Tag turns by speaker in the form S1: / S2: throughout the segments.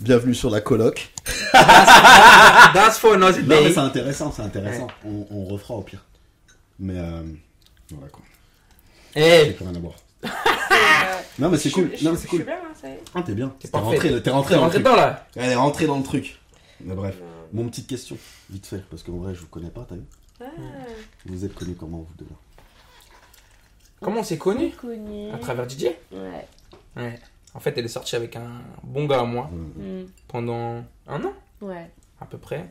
S1: bienvenue sur la coloc.
S2: That's for another
S1: Non, mais
S2: day.
S1: c'est intéressant, c'est intéressant. On, on refera au pire. Mais euh, voilà quoi.
S2: Eh,
S1: J'ai plus rien à boire. non, mais c'est
S3: Je-
S1: cool.
S3: je-
S1: Non, mais c'est
S3: je
S1: cool.
S3: suis bien, hein, ça y est.
S1: Ah, t'es bien.
S2: T'es
S1: T'es
S2: parfait.
S1: rentré, t'es rentré
S2: t'es
S1: dans le
S2: rentré
S1: truc.
S2: dedans là.
S1: Elle est rentrée dans le truc. Mais bref, mon petite question, vite fait, parce qu'en vrai, je vous connais pas, t'as vu
S3: Ah,
S1: Vous êtes connus comment, vous deux là
S2: Comment on s'est connus
S3: connu.
S2: À travers Didier
S3: Ouais.
S2: Ouais. En fait, elle est sortie avec un bon gars à moi
S1: Euh,
S3: Mm.
S2: pendant un an
S3: Ouais.
S2: à peu près.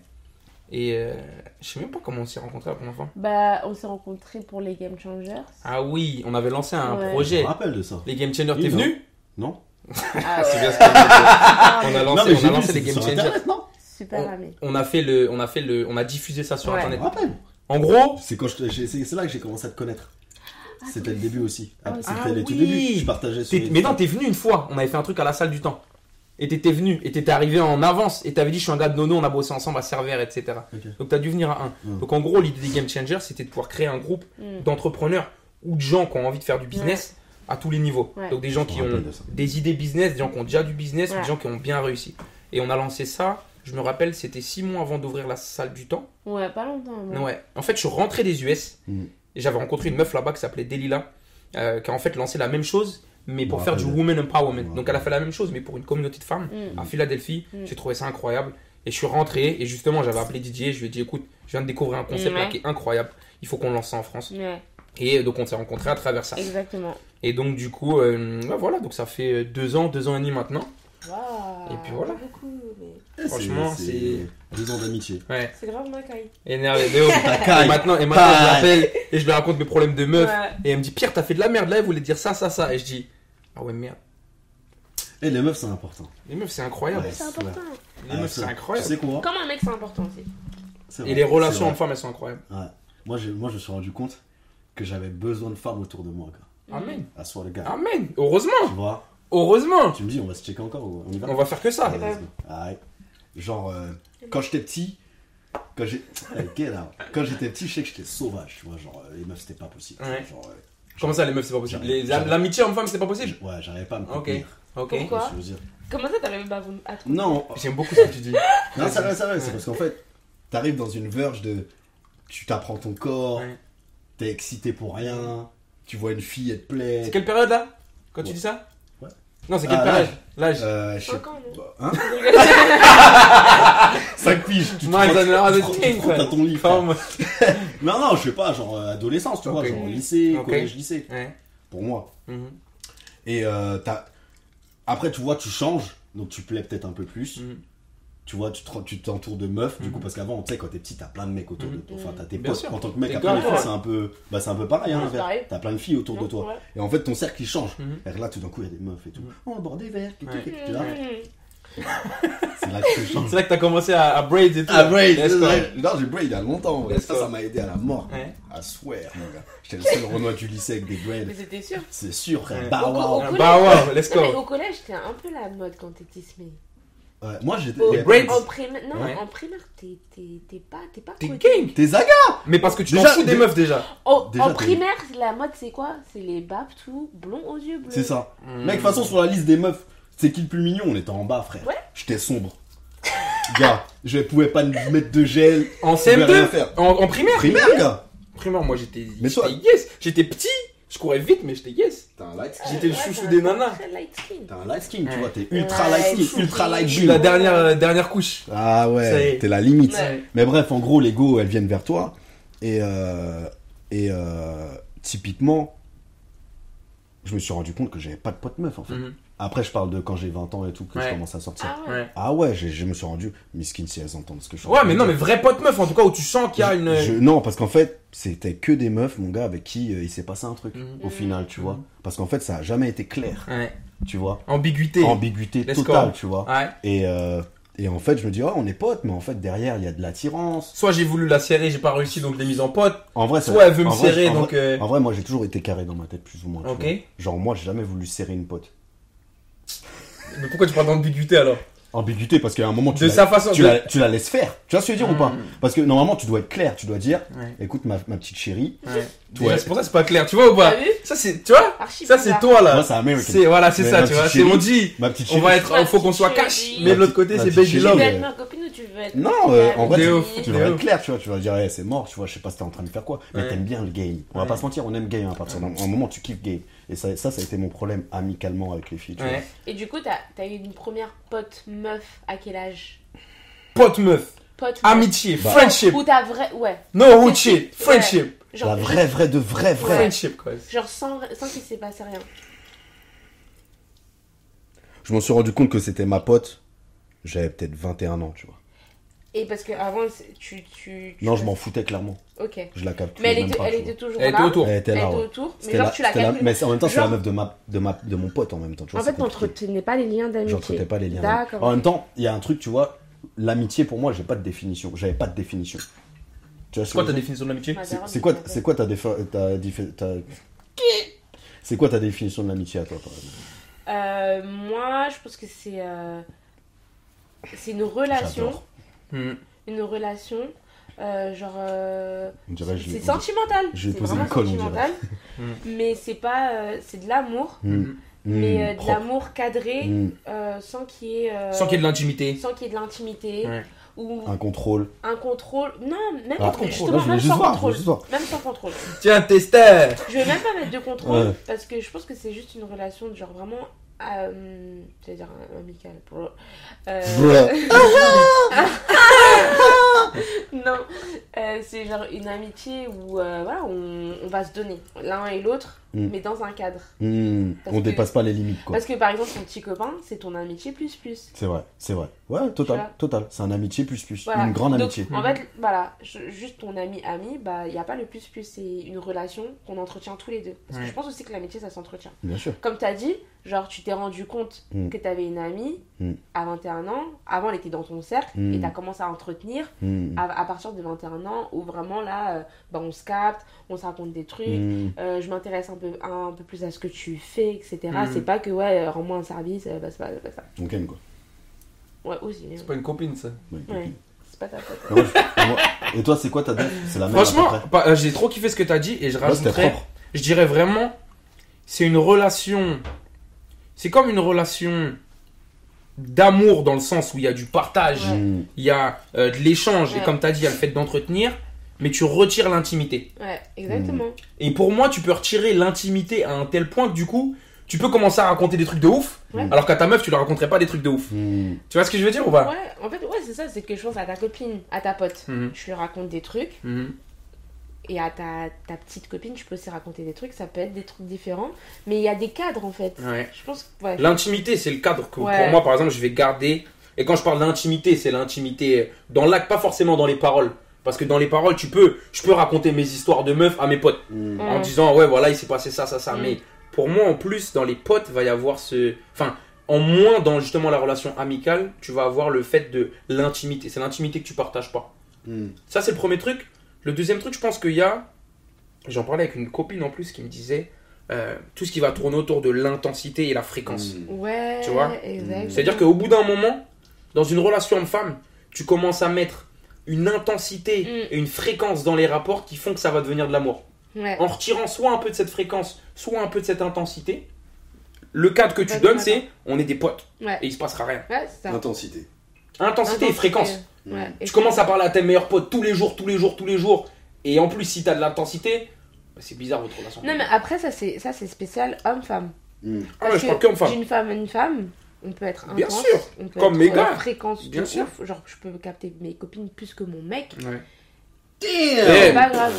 S2: Et euh, je sais même pas comment on s'est rencontrés la première fois.
S3: Bah, on s'est rencontrés pour les Game Changers.
S2: Ah oui, on avait lancé un
S3: Ouais.
S1: Je
S2: projet.
S1: me rappelle de ça.
S2: Les Game Changers,
S1: Ah. Oui,
S2: t'es
S1: non.
S2: venu
S1: Non
S3: Ah
S2: C'est
S3: ouais.
S2: bien ce qu'on
S3: Ah,
S2: On a Oh.
S1: Non,
S2: lancé, on a
S1: vu,
S2: lancé
S1: c'était
S2: les Game
S1: sur
S2: Changers.
S1: Internet, non
S3: Super ami.
S2: On a fait le, on a fait le, on a diffusé ça sur
S3: Ouais.
S1: Je
S2: internet.
S1: me rappelle.
S2: En gros,
S1: C'est quand je te- j'ai- c'est c'est là que j'ai commencé à te connaître.
S2: Ah,
S1: C'était le début aussi. Ah,
S3: Ah,
S1: C'était
S2: oui.
S1: les tout débuts. Je partageais sur.
S2: t'es-
S1: les-
S2: mais non, t'es venu une fois. On avait fait un truc à la salle du temps. Et t'étais venu, et t'étais arrivé en avance, et t'avais dit je suis un gars de Nono, on a bossé ensemble à Servère, etc.
S1: Ok.
S2: Donc t'as dû venir à un.
S1: Mm.
S2: Donc en gros, l'idée des Game Changers, c'était de pouvoir créer un groupe
S3: Mm.
S2: d'entrepreneurs ou de gens qui ont envie de faire du business à tous les niveaux.
S3: Ouais.
S2: Donc des gens
S1: Je me
S2: qui euh, ont
S1: rappelle de ça.
S2: des idées business, des gens qui ont déjà du business, ou
S3: Ouais.
S2: des gens qui ont bien réussi. Et on a lancé ça, je me rappelle, c'était six mois avant d'ouvrir la salle du temps.
S3: Mm. Ouais, pas longtemps. moi.
S2: Ouais. En fait, je suis rentré des US
S1: Mm.
S2: et j'avais rencontré une meuf là-bas qui s'appelait Delila, euh, qui a en fait lancé la même chose, mais pour
S1: Ouais,
S2: faire du
S1: ouais.
S2: woman empowerment.
S1: Ouais.
S2: Donc elle a fait la même chose, mais pour une communauté de femmes
S3: Mm.
S2: à Philadelphie.
S3: Mm.
S2: J'ai trouvé ça incroyable. Et je suis rentré et justement, j'avais appelé Didier, je lui ai dit écoute, je viens de découvrir un concept là
S3: Ouais.
S2: qui est incroyable, il faut qu'on lance ça en France.
S3: Ouais,
S2: Et donc on s'est rencontrés à travers ça.
S3: exactement.
S2: Et donc du coup, euh, ouais, voilà, donc ça fait deux ans, deux ans et demi maintenant.
S3: Waouh.
S2: Et puis voilà.
S3: pas Beaucoup, mais
S1: Eh, c'est-
S2: franchement, c'est-
S1: Deux ans d'amitié.
S2: Ouais,
S3: c'est grave ma caille.
S2: énervé de ouf. Et
S1: Takai
S2: maintenant, et maintenant je
S1: Bye.
S2: l'appelle et je lui raconte mes problèmes de meuf. Bah,
S3: Ouais.
S2: Et elle me dit Pierre, t'as fait de la merde là, elle voulait dire ça, ça, ça. Et je dis Ah ouais, merde.
S1: Et Eh, les meufs, c'est important.
S2: Les meufs, c'est incroyable.
S1: Ouais.
S3: C'est important.
S2: Les
S1: Ah,
S2: meufs, c'est
S1: ça,
S2: incroyable.
S1: Tu sais quoi
S3: Comme un mec, c'est important aussi.
S1: C'est
S2: Et
S1: vrai,
S2: les
S1: c'est
S2: relations
S1: vrai.
S2: entre femmes, elles sont incroyables.
S1: Ouais. Moi, j'ai- moi, je me suis rendu compte que j'avais besoin de femmes autour de moi, gars.
S3: Mm.
S2: Amen.
S1: À soi, le gars.
S2: Amen. Heureusement.
S1: Tu vois
S2: Heureusement.
S1: Tu me dis, on va se checker encore ou on y va
S2: On va faire que ça.
S1: Vas-y. Ah ouais. Genre, euh, quand j'étais petit, quand j'ai- Ah, get out. Quand j'étais petit, je sais que j'étais sauvage, tu vois. Genre, euh, les meufs, c'était pas possible.
S2: Ouais.
S1: Genre, euh,
S2: Comment ça, les meufs, c'est pas possible Les-
S1: J'arrive.
S2: L'amitié homme-femme, c'est pas
S1: j-
S2: possible
S1: ouais, j'arrivais pas à me
S2: Ok.
S1: contenir.
S2: Ok.
S1: Tu vois
S3: Pourquoi
S1: ce que je veux dire
S3: Comment ça, t'arrives pas à vous- à trouver
S1: Non,
S2: J'aime beaucoup ce que tu dis.
S1: non ça va, ça va. C'est parce qu'en fait, t'arrives dans une verge de. Tu t'apprends ton corps,
S2: Ouais.
S1: t'es excité pour rien, tu vois une fille, elle te plaît.
S2: C'est quelle période là Quand tu
S1: Ouais.
S2: dis ça
S1: Ouais.
S2: Non, c'est quelle
S1: Ah,
S2: période L'âge.
S1: Euh, je sais
S3: Cinq ans, non
S1: pas. Hein
S3: Je rigole.
S1: 5 piges, tu te
S2: Moi,
S1: crois-
S2: ils en ont
S1: tu
S2: des
S1: te crois- tu te
S2: things,
S1: crois
S2: ouais.
S1: t'as ton lit.
S2: Enfin,
S1: frère.
S2: moi-
S1: Non, non, je sais pas, genre euh, adolescence, tu vois,
S2: Ok.
S1: genre lycée,
S2: Ok.
S1: collège, lycée,
S2: Ouais.
S1: pour moi.
S2: Mhm.
S1: Et euh, t'as- après, tu vois, tu changes, donc tu plais peut-être un peu plus.
S2: Mhm.
S1: Tu vois, tu te- tu t'entoures de meufs, du coup,
S2: Mhm.
S1: parce qu'avant, tu sais, quand t'es petit, t'as plein de mecs autour de toi. Enfin, t'as tes
S2: Mm. Bien
S1: potes.
S2: sûr.
S1: En tant que mec,
S2: T'es
S1: après, les
S2: gamin,
S1: filles,
S2: ouais.
S1: c'est un peu, bah, c'est un peu pareil, hein,
S3: Ouais, c'est
S1: l'inverse.
S3: pareil.
S1: T'as plein de filles autour de toi.
S3: Ouais.
S1: Et en fait, ton cercle, il change.
S2: Mhm.
S1: Et là, tout d'un coup, il y a des meufs et tout.
S2: Mhm.
S1: Oh, on va boire des verres,
S2: Ouais.
S1: tu vois.
S3: Mhm.
S1: C'est là que tu changes.
S2: C'est là que t'as commencé à, à braid et tout.
S1: Ah, Braid,
S2: Let's
S1: c'est
S2: go.
S1: vrai. Non, j'ai Braid il y a longtemps. en vrai.
S2: Let's
S1: Ça,
S2: go.
S1: ça m'a aidé à la mort.
S2: Ouais.
S1: À swear, mon gars. J'étais le seul Renoir du lycée avec des
S3: Mais
S1: Braids.
S3: c'était sûr.
S1: C'est sûr, frère.
S2: Ouais.
S1: Bah, wow.
S3: Au
S2: Ah,
S3: collège.
S2: Bah ouais, let's
S3: Non, mais
S2: go.
S3: au collège, c'était un peu la mode quand t'étais smé.
S1: Ouais, Moi, j'étais.
S3: Au-
S2: Les braids.
S3: En primaire, non,
S2: Oh, Ouais.
S3: en primaire, t'es t'es- t'es pas, t'es pas.
S2: T'es
S3: coté.
S2: gang.
S1: T'es zaga
S2: Mais parce que tu t'en
S1: Déjà,
S2: fous des
S1: dé-
S2: meufs déjà.
S3: En-
S1: Déjà,
S3: en
S1: t'es-
S3: primaire, la mode, c'est quoi C'est les babes tout blonds aux yeux bleus.
S1: C'est ça.
S2: Mhm.
S1: Mec, de toute façon, sur la liste des meufs, c'est qui le plus mignon On était en bas, frère.
S3: Ouais.
S1: J'étais sombre. gars, je pouvais pas me mettre de gel.
S2: En
S1: Je pouvais rien
S2: CM2
S1: faire.
S2: en, en primaire
S1: Primaire, gars
S2: Primaire, moi j'étais
S1: Mais toi-
S2: j'étais yes. J'étais petit, je courais vite, mais j'étais yes.
S1: T'as un light
S2: J'étais le
S3: Ouais,
S2: chouchou
S3: t'as un
S2: des nanas.
S3: très light skin.
S1: T'as un light skin,
S2: Ouais.
S1: tu vois. T'es ultra
S3: Ouais,
S1: light
S3: chouchou.
S1: skin, ultra light
S2: Je suis la
S1: juice.
S2: dernière, euh, dernière couche.
S1: Ah
S2: Ça y
S1: ouais,
S2: est.
S1: t'es la limite.
S3: Ouais.
S1: Mais bref, en gros, les go, elles viennent vers toi. Et, euh, et euh, typiquement, je me suis rendu compte que j'avais pas de potes meufs, en fait.
S2: Mhm.
S1: Après, je parle de quand j'ai 20 ans et tout, que
S2: Ouais.
S1: je commence à sortir.
S3: Ah ouais.
S2: Ouais.
S1: Ah ouais, j'ai- je me suis rendu. Miskin, si elles entendent ce que je suis en
S2: Ouais,
S1: train
S2: mais
S1: de
S2: non, mais
S1: dire.
S2: vrai pote meuf en tout cas où tu sens qu'il y a une.
S1: Je- non, parce qu'en fait, c'était que des meufs, mon gars, avec qui euh, il s'est passé un truc.
S2: Mhm.
S3: Mm.
S1: Au final, tu
S2: Mhm.
S1: vois. Parce qu'en fait, ça a jamais été clair,
S2: Ouais.
S1: tu vois.
S2: Ambiguïté.
S1: Ambiguïté
S2: Let's
S1: totale,
S2: go.
S1: tu vois.
S2: Ouais.
S1: Et, euh, et en fait, je me dis, oh, on est potes, mais en fait, derrière, il y a de l'attirance.
S2: Soit j'ai voulu la serrer, j'ai pas réussi donc je l'ai mise en pote.
S1: En vrai, ça-
S2: Soit elle veut me
S1: en vrai,
S2: serrer
S1: en
S2: donc.
S1: vrai-
S2: euh,
S1: en vrai, moi, j'ai toujours été carré dans ma tête, plus ou moins. tu
S2: Ok.
S1: vois. Genre, moi, j'ai jamais voulu serrer une pote.
S2: Mais pourquoi tu parles d'ambiguïté alors
S1: ambiguïté parce qu'à un moment tu,
S2: De
S1: la,
S2: sa façon,
S1: tu,
S2: de-
S1: la, tu la laisses faire. Tu vois ce que je veux dire ou pas
S2: Mm.
S1: Parce que normalement tu dois être clair, tu dois dire
S2: Ouais.
S1: écoute ma, ma petite chérie,
S2: Ouais.
S1: Toi,
S2: Déjà, c'est pour ça que c'est pas clair, tu vois ou pas
S3: T'as vu
S2: Ça c'est, tu vois
S3: Archi
S2: Ça c'est
S3: bizarre.
S2: toi là.
S1: moi c'est American.
S2: C'est voilà, c'est
S1: Mais
S2: ça,
S1: ma
S2: tu vois.
S1: petite
S2: C'est on
S1: chérie.
S2: dit,
S1: Ma petite
S2: on
S1: chérie.
S2: va être,
S3: Ma
S2: faut qu'on
S3: petite
S2: soit
S3: chérie.
S2: cash, mais de l'autre côté
S1: Ma
S2: c'est
S1: petite
S2: baby
S1: chérie.
S3: Tu
S2: love.
S3: veux
S1: mais-
S3: être ma copine ou tu veux être.
S1: Non, euh, en vrai,
S2: De
S1: tu,
S2: ouf,
S1: tu
S2: de
S1: devrais
S2: ouf.
S1: être clair, tu vois. Tu vas dire, Eh, c'est mort, tu vois, je sais pas si t'es en train de faire quoi. Mais
S2: Ouais.
S1: t'aimes bien le game. On va
S2: Ouais.
S1: pas se mentir, on aime game hein, à partir d'un un moment, tu kiffes game. Et ça, ça, ça a été mon problème amicalement avec les filles, tu vois.
S2: Ouais.
S3: Et du coup, t'as t'as eu une première pote meuf à quel âge
S2: Pote meuf,
S3: Pote meuf.
S2: Ah, amitié,
S1: Bah.
S2: friendship,
S3: Ou t'as vrai. Ouais.
S2: no hood shit, friendship,
S1: La
S3: Genre,
S1: vraie, vraie, de vrai, vrai.
S3: Ouais.
S2: friendship quoi.
S3: genre sans, sans qu'il s'est passé rien.
S1: Je m'en suis rendu compte que c'était ma pote. J'avais peut-être 21 ans, tu vois.
S3: Et parce que avant, c'est- tu, tu, tu-
S1: Non, je m'en foutais clairement.
S3: Ok.
S1: Je la capte.
S3: Mais elle
S1: même
S3: était,
S1: pas,
S3: elle
S1: tu
S3: était
S1: vois.
S3: toujours
S2: Elle
S3: là.
S2: était autour.
S1: Elle était
S3: Elle
S1: là.
S3: était
S1: ouais.
S3: autour. Mais
S1: C'était
S3: genre,
S1: la-
S3: tu la
S1: c'était la-
S3: calcules.
S1: Mais en même temps, c'est la
S3: Genre-
S1: meuf de ma, de ma, de mon pote en même temps. Tu vois,
S3: En
S1: c'est
S3: fait,
S1: compliqué.
S3: t'entretenais pas les liens d'amitié.
S1: J'entretenais pas les liens. Oh,
S3: D'accord.
S1: En même temps, il y a un truc, tu vois, l'amitié pour moi, j'ai pas de définition. J'avais pas de définition. Tu vois, ce
S2: C'est quoi
S1: que
S2: ta
S1: je-
S2: définition de l'amitié
S1: c'est- c'est quoi, c'est quoi ta défi- ta défi- ta- C'est quoi ta définition de l'amitié à toi par exemple
S3: Euh, moi, je pense que c'est euh, c'est une relation,
S1: J'adore.
S2: Hmm.
S3: une relation, euh, genre euh,
S1: On dirait que je
S3: c'est
S1: l'ai-
S3: sentimental.
S1: je vais
S3: c'est
S1: poser une
S3: vraiment
S1: colle, on
S3: sentimental.
S2: Hmm.
S3: mais c'est pas, euh, c'est de l'amour,
S1: Hmm. Hmm.
S3: mais euh, de
S1: Propre.
S3: l'amour cadré,
S1: Hmm.
S3: euh, sans qu'il y ait euh,
S2: Sans qu'il y ait de l'intimité.
S3: sans qu'il y ait de l'intimité
S2: Ouais.
S3: ou
S1: Un contrôle.
S3: un contrôle. Non, même
S1: Ah,
S3: justement,
S1: Là,
S2: contrôle.
S1: je
S3: même
S1: voulais juste
S3: sans
S1: voir. je
S3: contrôle,
S1: voulais juste voir.
S3: même sans contrôle.
S2: Tiens, testeur
S3: Je vais même pas mettre de contrôle
S1: Ouais.
S3: parce que je pense que c'est juste une relation de genre vraiment. Euh, c'est-à-dire euh, amicale. pour- Euh,
S1: Ouais.
S3: non, euh, c'est genre une amitié où euh, voilà, on, on va se donner l'un et l'autre,
S1: Mm.
S3: mais dans un cadre.
S1: Hmm.
S3: Parce
S1: On
S3: que-
S1: dépasse pas les limites quoi.
S3: Parce que par exemple, ton petit copain, c'est ton amitié plus plus.
S1: C'est vrai, c'est vrai. Ouais,
S3: Tu
S1: total,
S3: vois
S1: total. C'est un amitié plus plus.
S3: Voilà.
S1: Une grande
S3: Donc,
S1: amitié.
S3: En fait, voilà, je- juste ton ami ami, bah il n'y a pas le plus plus, c'est une relation qu'on entretient tous les deux. Parce
S2: Ouais.
S3: que je pense aussi que l'amitié ça s'entretient.
S1: Bien sûr.
S3: Comme tu as dit, genre tu t'es rendu compte
S1: Mm.
S3: que tu avais une amie
S1: Mm.
S3: à 21 ans, avant elle était dans ton cercle
S1: Mm.
S3: et tu as commencé à entretenir
S1: Hmm.
S3: à, à partir de 21 ans où vraiment là euh, bah, on se capte, on se raconte des trucs.
S1: Hmm.
S3: Euh, je m'intéresse un peu, un peu plus à ce que tu fais, etc.
S2: Mm.
S3: C'est pas que, ouais, euh, rends-moi un service, euh, bah, c'est pas, c'est pas ça.
S1: On gagne quoi.
S3: Ouais, aussi. mais
S2: C'est pas une copine ça.
S1: Ouais.
S3: Ouais. C'est pas ta faute.
S1: Et moi, je- et moi- Et toi, c'est quoi ta date C'est la même à peu
S2: Franchement,
S1: près
S2: pas- euh, j'ai trop kiffé ce que t'as dit et je
S1: Ouais, c'était
S2: rajouterais,
S1: propre.
S2: je dirais vraiment, c'est une relation, c'est comme une relation d'amour dans le sens où il y a du partage,
S3: Ouais.
S1: Hmm.
S2: il y a euh, de l'échange et
S3: Ouais.
S2: comme t'as dit, il y a le fait d'entretenir, mais tu retires l'intimité.
S3: Ouais, exactement.
S1: Mm.
S2: Et pour moi, tu peux retirer l'intimité à un tel point que du coup, tu peux commencer à raconter des trucs de ouf,
S3: Ouais.
S2: alors qu'à ta meuf, tu ne raconterais pas des trucs de ouf.
S1: Hmm.
S2: Tu vois ce que je veux dire ou pas
S3: Ouais, en fait, ouais, c'est ça, c'est que je pense à ta copine, à ta pote.
S2: Mhm.
S3: Je lui raconte des trucs
S2: Mhm.
S3: et à ta, ta petite copine, je peux aussi raconter des trucs, ça peut être des trucs différents, mais il y a des cadres en fait.
S2: Ouais.
S3: Je pense que, ouais.
S2: L'intimité, c'est le cadre que pour
S3: Ouais.
S2: moi, par exemple, je vais garder. Et quand je parle d'intimité, c'est l'intimité euh, dans l'acte, pas forcément dans les paroles. Parce que dans les paroles, tu peux, je peux raconter mes histoires de meufs à mes potes
S1: Hmm.
S2: en
S3: Mm.
S2: disant ouais voilà il s'est passé ça ça ça.
S3: Mm.
S2: Mais pour moi en plus dans les potes va y avoir ce, enfin en moins dans justement la relation amicale, tu vas avoir le fait de l'intimité. C'est l'intimité que tu partages pas.
S1: Hmm.
S2: Ça, c'est le premier truc. Le deuxième truc, je pense qu'il y a. J'en parlais avec une copine en plus qui me disait euh, tout ce qui va tourner autour de l'intensité et la fréquence.
S1: Hmm.
S3: Ouais,
S2: Tu vois
S3: exactement.
S2: C'est-à-dire qu'au bout d'un moment, dans une relation homme-femme, tu commences à mettre une intensité
S3: Mm.
S2: et une fréquence dans les rapports qui font que ça va devenir de l'amour.
S3: Ouais.
S2: En retirant soit un peu de cette fréquence, soit un peu de cette intensité, le cadre que tu
S3: Ouais,
S2: donnes,
S3: d'accord.
S2: c'est on est des potes
S3: Ouais,
S2: et il se passera rien.
S3: ouais c'est ça.
S1: Intensité.
S2: Intensité et
S3: Intensité.
S2: fréquence.
S3: Ouais.
S2: Tu commences à parler à tes meilleurs potes tous les jours, tous les jours, tous les jours. Et en plus, si t'as de l'intensité, bah, c'est bizarre votre relation.
S3: Non mais après ça c'est ça c'est spécial homme-femme.
S1: Hmm.
S2: Ah, mais
S3: Parce
S2: je
S3: que
S2: parle qu'en femme.
S3: D'une femme à une femme, on peut être intense,
S2: Bien sûr,
S3: on peut
S2: comme
S3: être, euh,
S2: mes gars.
S3: fréquence de
S2: Bien sûr.
S3: ouf, genre je peux capter mes copines plus que mon mec.
S2: Ouais.
S3: C'est
S2: Eh,
S3: pas grave.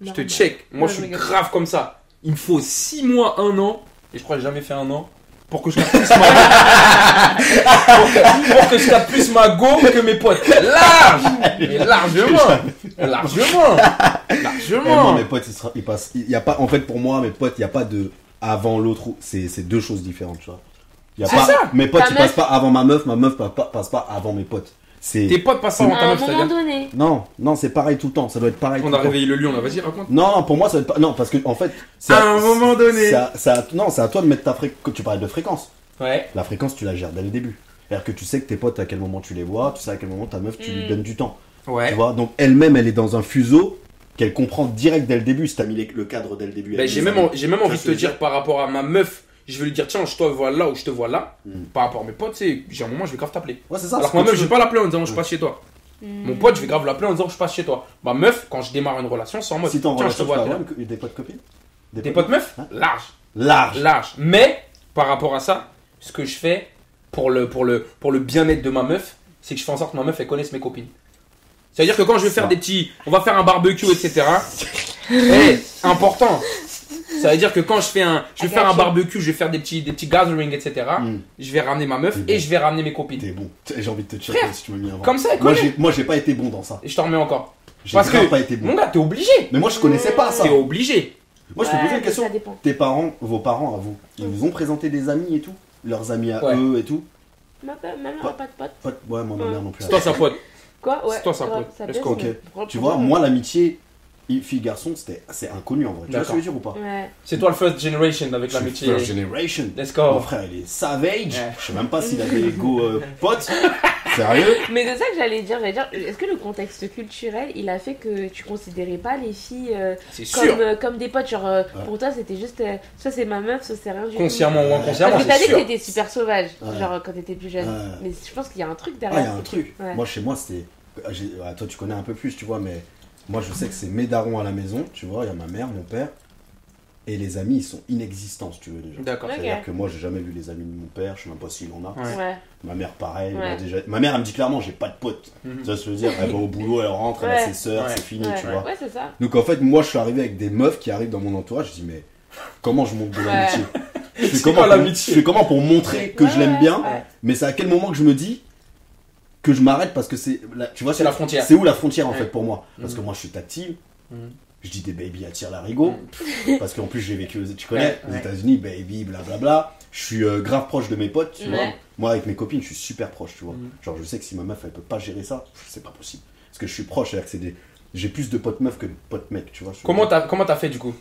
S2: je te
S3: Normal.
S2: check. Moi,
S3: Ouais,
S2: je
S3: je
S2: suis
S3: rigole.
S2: grave comme ça. Il me faut 6 mois, 1 an. Et je crois que j'ai jamais fait un an. Pour que je capte plus ma pour, que, pour que je capte plus ma go que mes potes. Large Mais largement Largement
S1: Eh, moi,
S2: Largement
S1: mes potes, ils, sera- ils passent. Il y a pas, en fait, pour moi, mes potes, il n'y a pas de avant l'autre. ou- C'est c'est deux choses différentes, tu vois. Il Y a
S2: C'est
S1: pas,
S2: ça.
S1: Mes potes,
S3: Ta
S1: ils
S3: meuf-
S1: passent pas avant ma meuf. Ma meuf pa- pa- passe pas avant mes potes.
S2: Tes
S1: C'est.
S2: potes passent avant ta
S3: À un
S2: meuf,
S3: moment
S2: c'est-à-dire
S3: donné.
S1: Non, non, c'est pareil tout le temps. Ça doit être pareil.
S2: On
S1: tout
S2: a
S1: le temps.
S2: réveillé le lion là, vas-y raconte.
S1: Non, non, pour moi, ça doit être pas. Non, parce que en fait. c'est
S2: À un moment donné.
S1: c'est à- c'est à- non, c'est à toi de mettre ta fréquence. Tu parlais de fréquence.
S2: Ouais.
S1: La fréquence, tu la gères dès le début. C'est-à-dire que tu sais que tes potes, à quel moment tu les vois, tu sais à quel moment ta meuf, tu lui
S3: Mm.
S1: donnes du temps. Tu
S2: Ouais.
S1: vois Donc elle-même, elle est dans un fuseau qu'elle comprend direct dès le début, si t'as mis les- le cadre dès le début.
S2: Ben,
S1: Elle
S2: j'ai
S1: dit,
S2: même, en- j'ai même envie de
S1: Ça,
S2: te
S1: c'est
S2: dire par rapport à ma meuf, je vais lui dire tiens, je te vois là ou je te vois là.
S1: Mm.
S2: Par rapport à mes potes, tu sais, j'ai un moment, je vais grave t'appeler.
S1: Ouais, c'est ça.
S2: Alors
S1: ce
S2: que ma
S1: que
S2: meuf,
S1: tu
S2: je vais
S1: veux.
S2: pas l'appeler en disant je passe chez toi. Mon
S3: Hmm.
S2: pote, je vais grave l'appeler en disant je passe chez toi. Ma meuf, quand je démarre une relation, c'est en mode
S1: Si t'es en
S2: tiens, je
S1: relation, tu
S2: te
S1: peux
S2: vois. t'es
S1: avoir
S2: là.
S1: une co- des potes copines
S2: Des potes meufs
S1: Hein
S2: Large.
S1: Large.
S2: large. Mais par rapport à ça, ce que je fais pour le, pour le, pour le bien-être de ma meuf, c'est que je fais en sorte que ma meuf elle connaisse mes copines. C'est-à-dire que quand je vais faire
S1: Ça.
S2: des petits, on va faire un barbecue, etc. hey, important. Ça veut dire que quand je fais un, je vais faire un
S3: Attention.
S2: barbecue, je vais faire des petits, des petits gatherings, etc.
S1: Mm.
S2: Je vais ramener ma meuf
S1: Mm.
S2: et je vais ramener mes copines.
S1: T'es bon. T'es- J'ai envie de te tirer
S2: Frère,
S1: si tu m'as mis avant.
S2: Comme ça, elle
S1: Moi,
S2: connaît.
S1: j'ai- moi, j'ai pas été bon dans ça.
S2: Et je t'en remets encore.
S1: J'ai
S2: Parce
S1: grave
S2: que-
S1: pas été bon.
S2: Mon gars, t'es obligé.
S1: Mais moi, je connaissais pas ça.
S2: T'es obligé.
S1: Moi, je te
S3: Ouais,
S1: posais une
S3: mais
S1: question.
S3: Ça dépend.
S1: Tes parents, vos parents à vous, ils
S3: Mm.
S1: vous ont présenté des amis et tout Leurs amis à
S2: Ouais.
S1: eux et tout
S3: Ma pa- ma mère
S1: Pas-
S3: n'a pas de pote.
S1: Pas- Ouais, moi, ma
S3: Ouais.
S1: mère non plus.
S2: C'est toi sa pote.
S3: Quoi Ouais.
S2: C'est toi, ça,
S3: grave,
S2: pote.
S3: ça
S2: Let's
S3: baisse,
S1: go, ok.
S3: mais prends-
S1: Tu
S3: prends-
S1: vois, moi, l'amitié fille-garçon, c'était- c'est inconnu en vrai. Tu vois ce que je veux dire ou pas
S3: Ouais.
S2: C'est toi le first generation avec
S1: Je suis
S2: l'amitié.
S1: First generation.
S2: Let's
S1: Mon
S2: go.
S1: frère, il est savage.
S2: Ouais.
S1: Je sais même pas s'il a des go euh, potes. Sérieux
S3: Mais c'est ça que j'allais dire. J'allais dire, est-ce que le contexte culturel, il a fait que tu considérais pas les filles euh,
S2: C'est sûr.
S3: comme, euh, comme des potes Genre, euh,
S1: Ouais.
S3: pour toi, c'était juste, euh, soit c'est ma meuf, soit c'est rien du tout.
S2: Consciemment ou inconsciemment,
S3: Parce que t'as
S2: c'est
S3: dit
S2: sûr.
S3: que t'étais super sauvage,
S1: Ouais.
S3: genre euh, quand t'étais plus jeune.
S1: Ouais.
S3: Mais je pense qu'il y a un truc
S1: Ah, il y
S3: derrière.
S1: a un truc.
S3: Ouais.
S1: Moi, chez moi, c'était. ah, j'ai- ah, Toi, tu connais un peu plus, tu vois, mais moi, je sais que c'est mes darons à la maison, tu vois. Il y a ma mère, mon père. Et les amis, ils sont inexistants, si tu veux, déjà.
S2: D'accord.
S3: Ouais.
S1: C'est-à-dire que moi, j'ai jamais vu les amis de mon père, je sais même pas s'il en a.
S2: Ouais.
S3: Ouais.
S1: Ma mère, pareil. elle
S3: Ouais.
S1: m'a déjà... Ma mère, elle me dit clairement, j'ai pas de potes.
S2: Mhm.
S1: Tu vois ce que je veux dire Elle va au boulot, elle rentre, elle a
S3: Ouais.
S1: ses sœurs,
S2: Ouais.
S1: c'est fini,
S3: ouais.
S1: tu vois.
S3: Ouais, c'est ça.
S1: Donc en fait, moi, je suis arrivé avec des meufs qui arrivent dans mon entourage. Je dis, mais comment je montre de l'amitié Je fais
S2: C'est
S1: comment
S2: quoi
S1: pour-
S2: l'amitié
S1: Je fais comment pour montrer que
S3: Ouais,
S1: je l'aime
S3: ouais,
S1: bien
S3: ouais.
S1: Mais c'est à quel moment que je me dis que je m'arrête parce que c'est. là, Tu vois,
S2: C'est la frontière.
S1: C'est où la frontière en
S2: Ouais.
S1: fait pour moi Parce
S2: Mhm.
S1: que moi, je suis tactile.
S2: Mhm.
S1: Je dis des baby à tire larigot. Parce qu'en plus, j'ai vécu aux, tu connais,
S2: Mm. Ouais,
S1: aux
S2: ouais.
S1: États-Unis, baby, blablabla. Je suis euh, grave proche de mes potes, tu
S3: Ouais.
S1: vois. Moi, avec mes copines, je suis super proche, tu vois.
S2: Mhm.
S1: Genre, je sais que si ma meuf, elle peut pas gérer ça, pff, c'est pas possible. Parce que je suis proche, c'est-à-dire que c'est des. J'ai plus de potes meufs que de potes mecs, tu vois. je-
S2: Comment t'as comment t'as fait du coup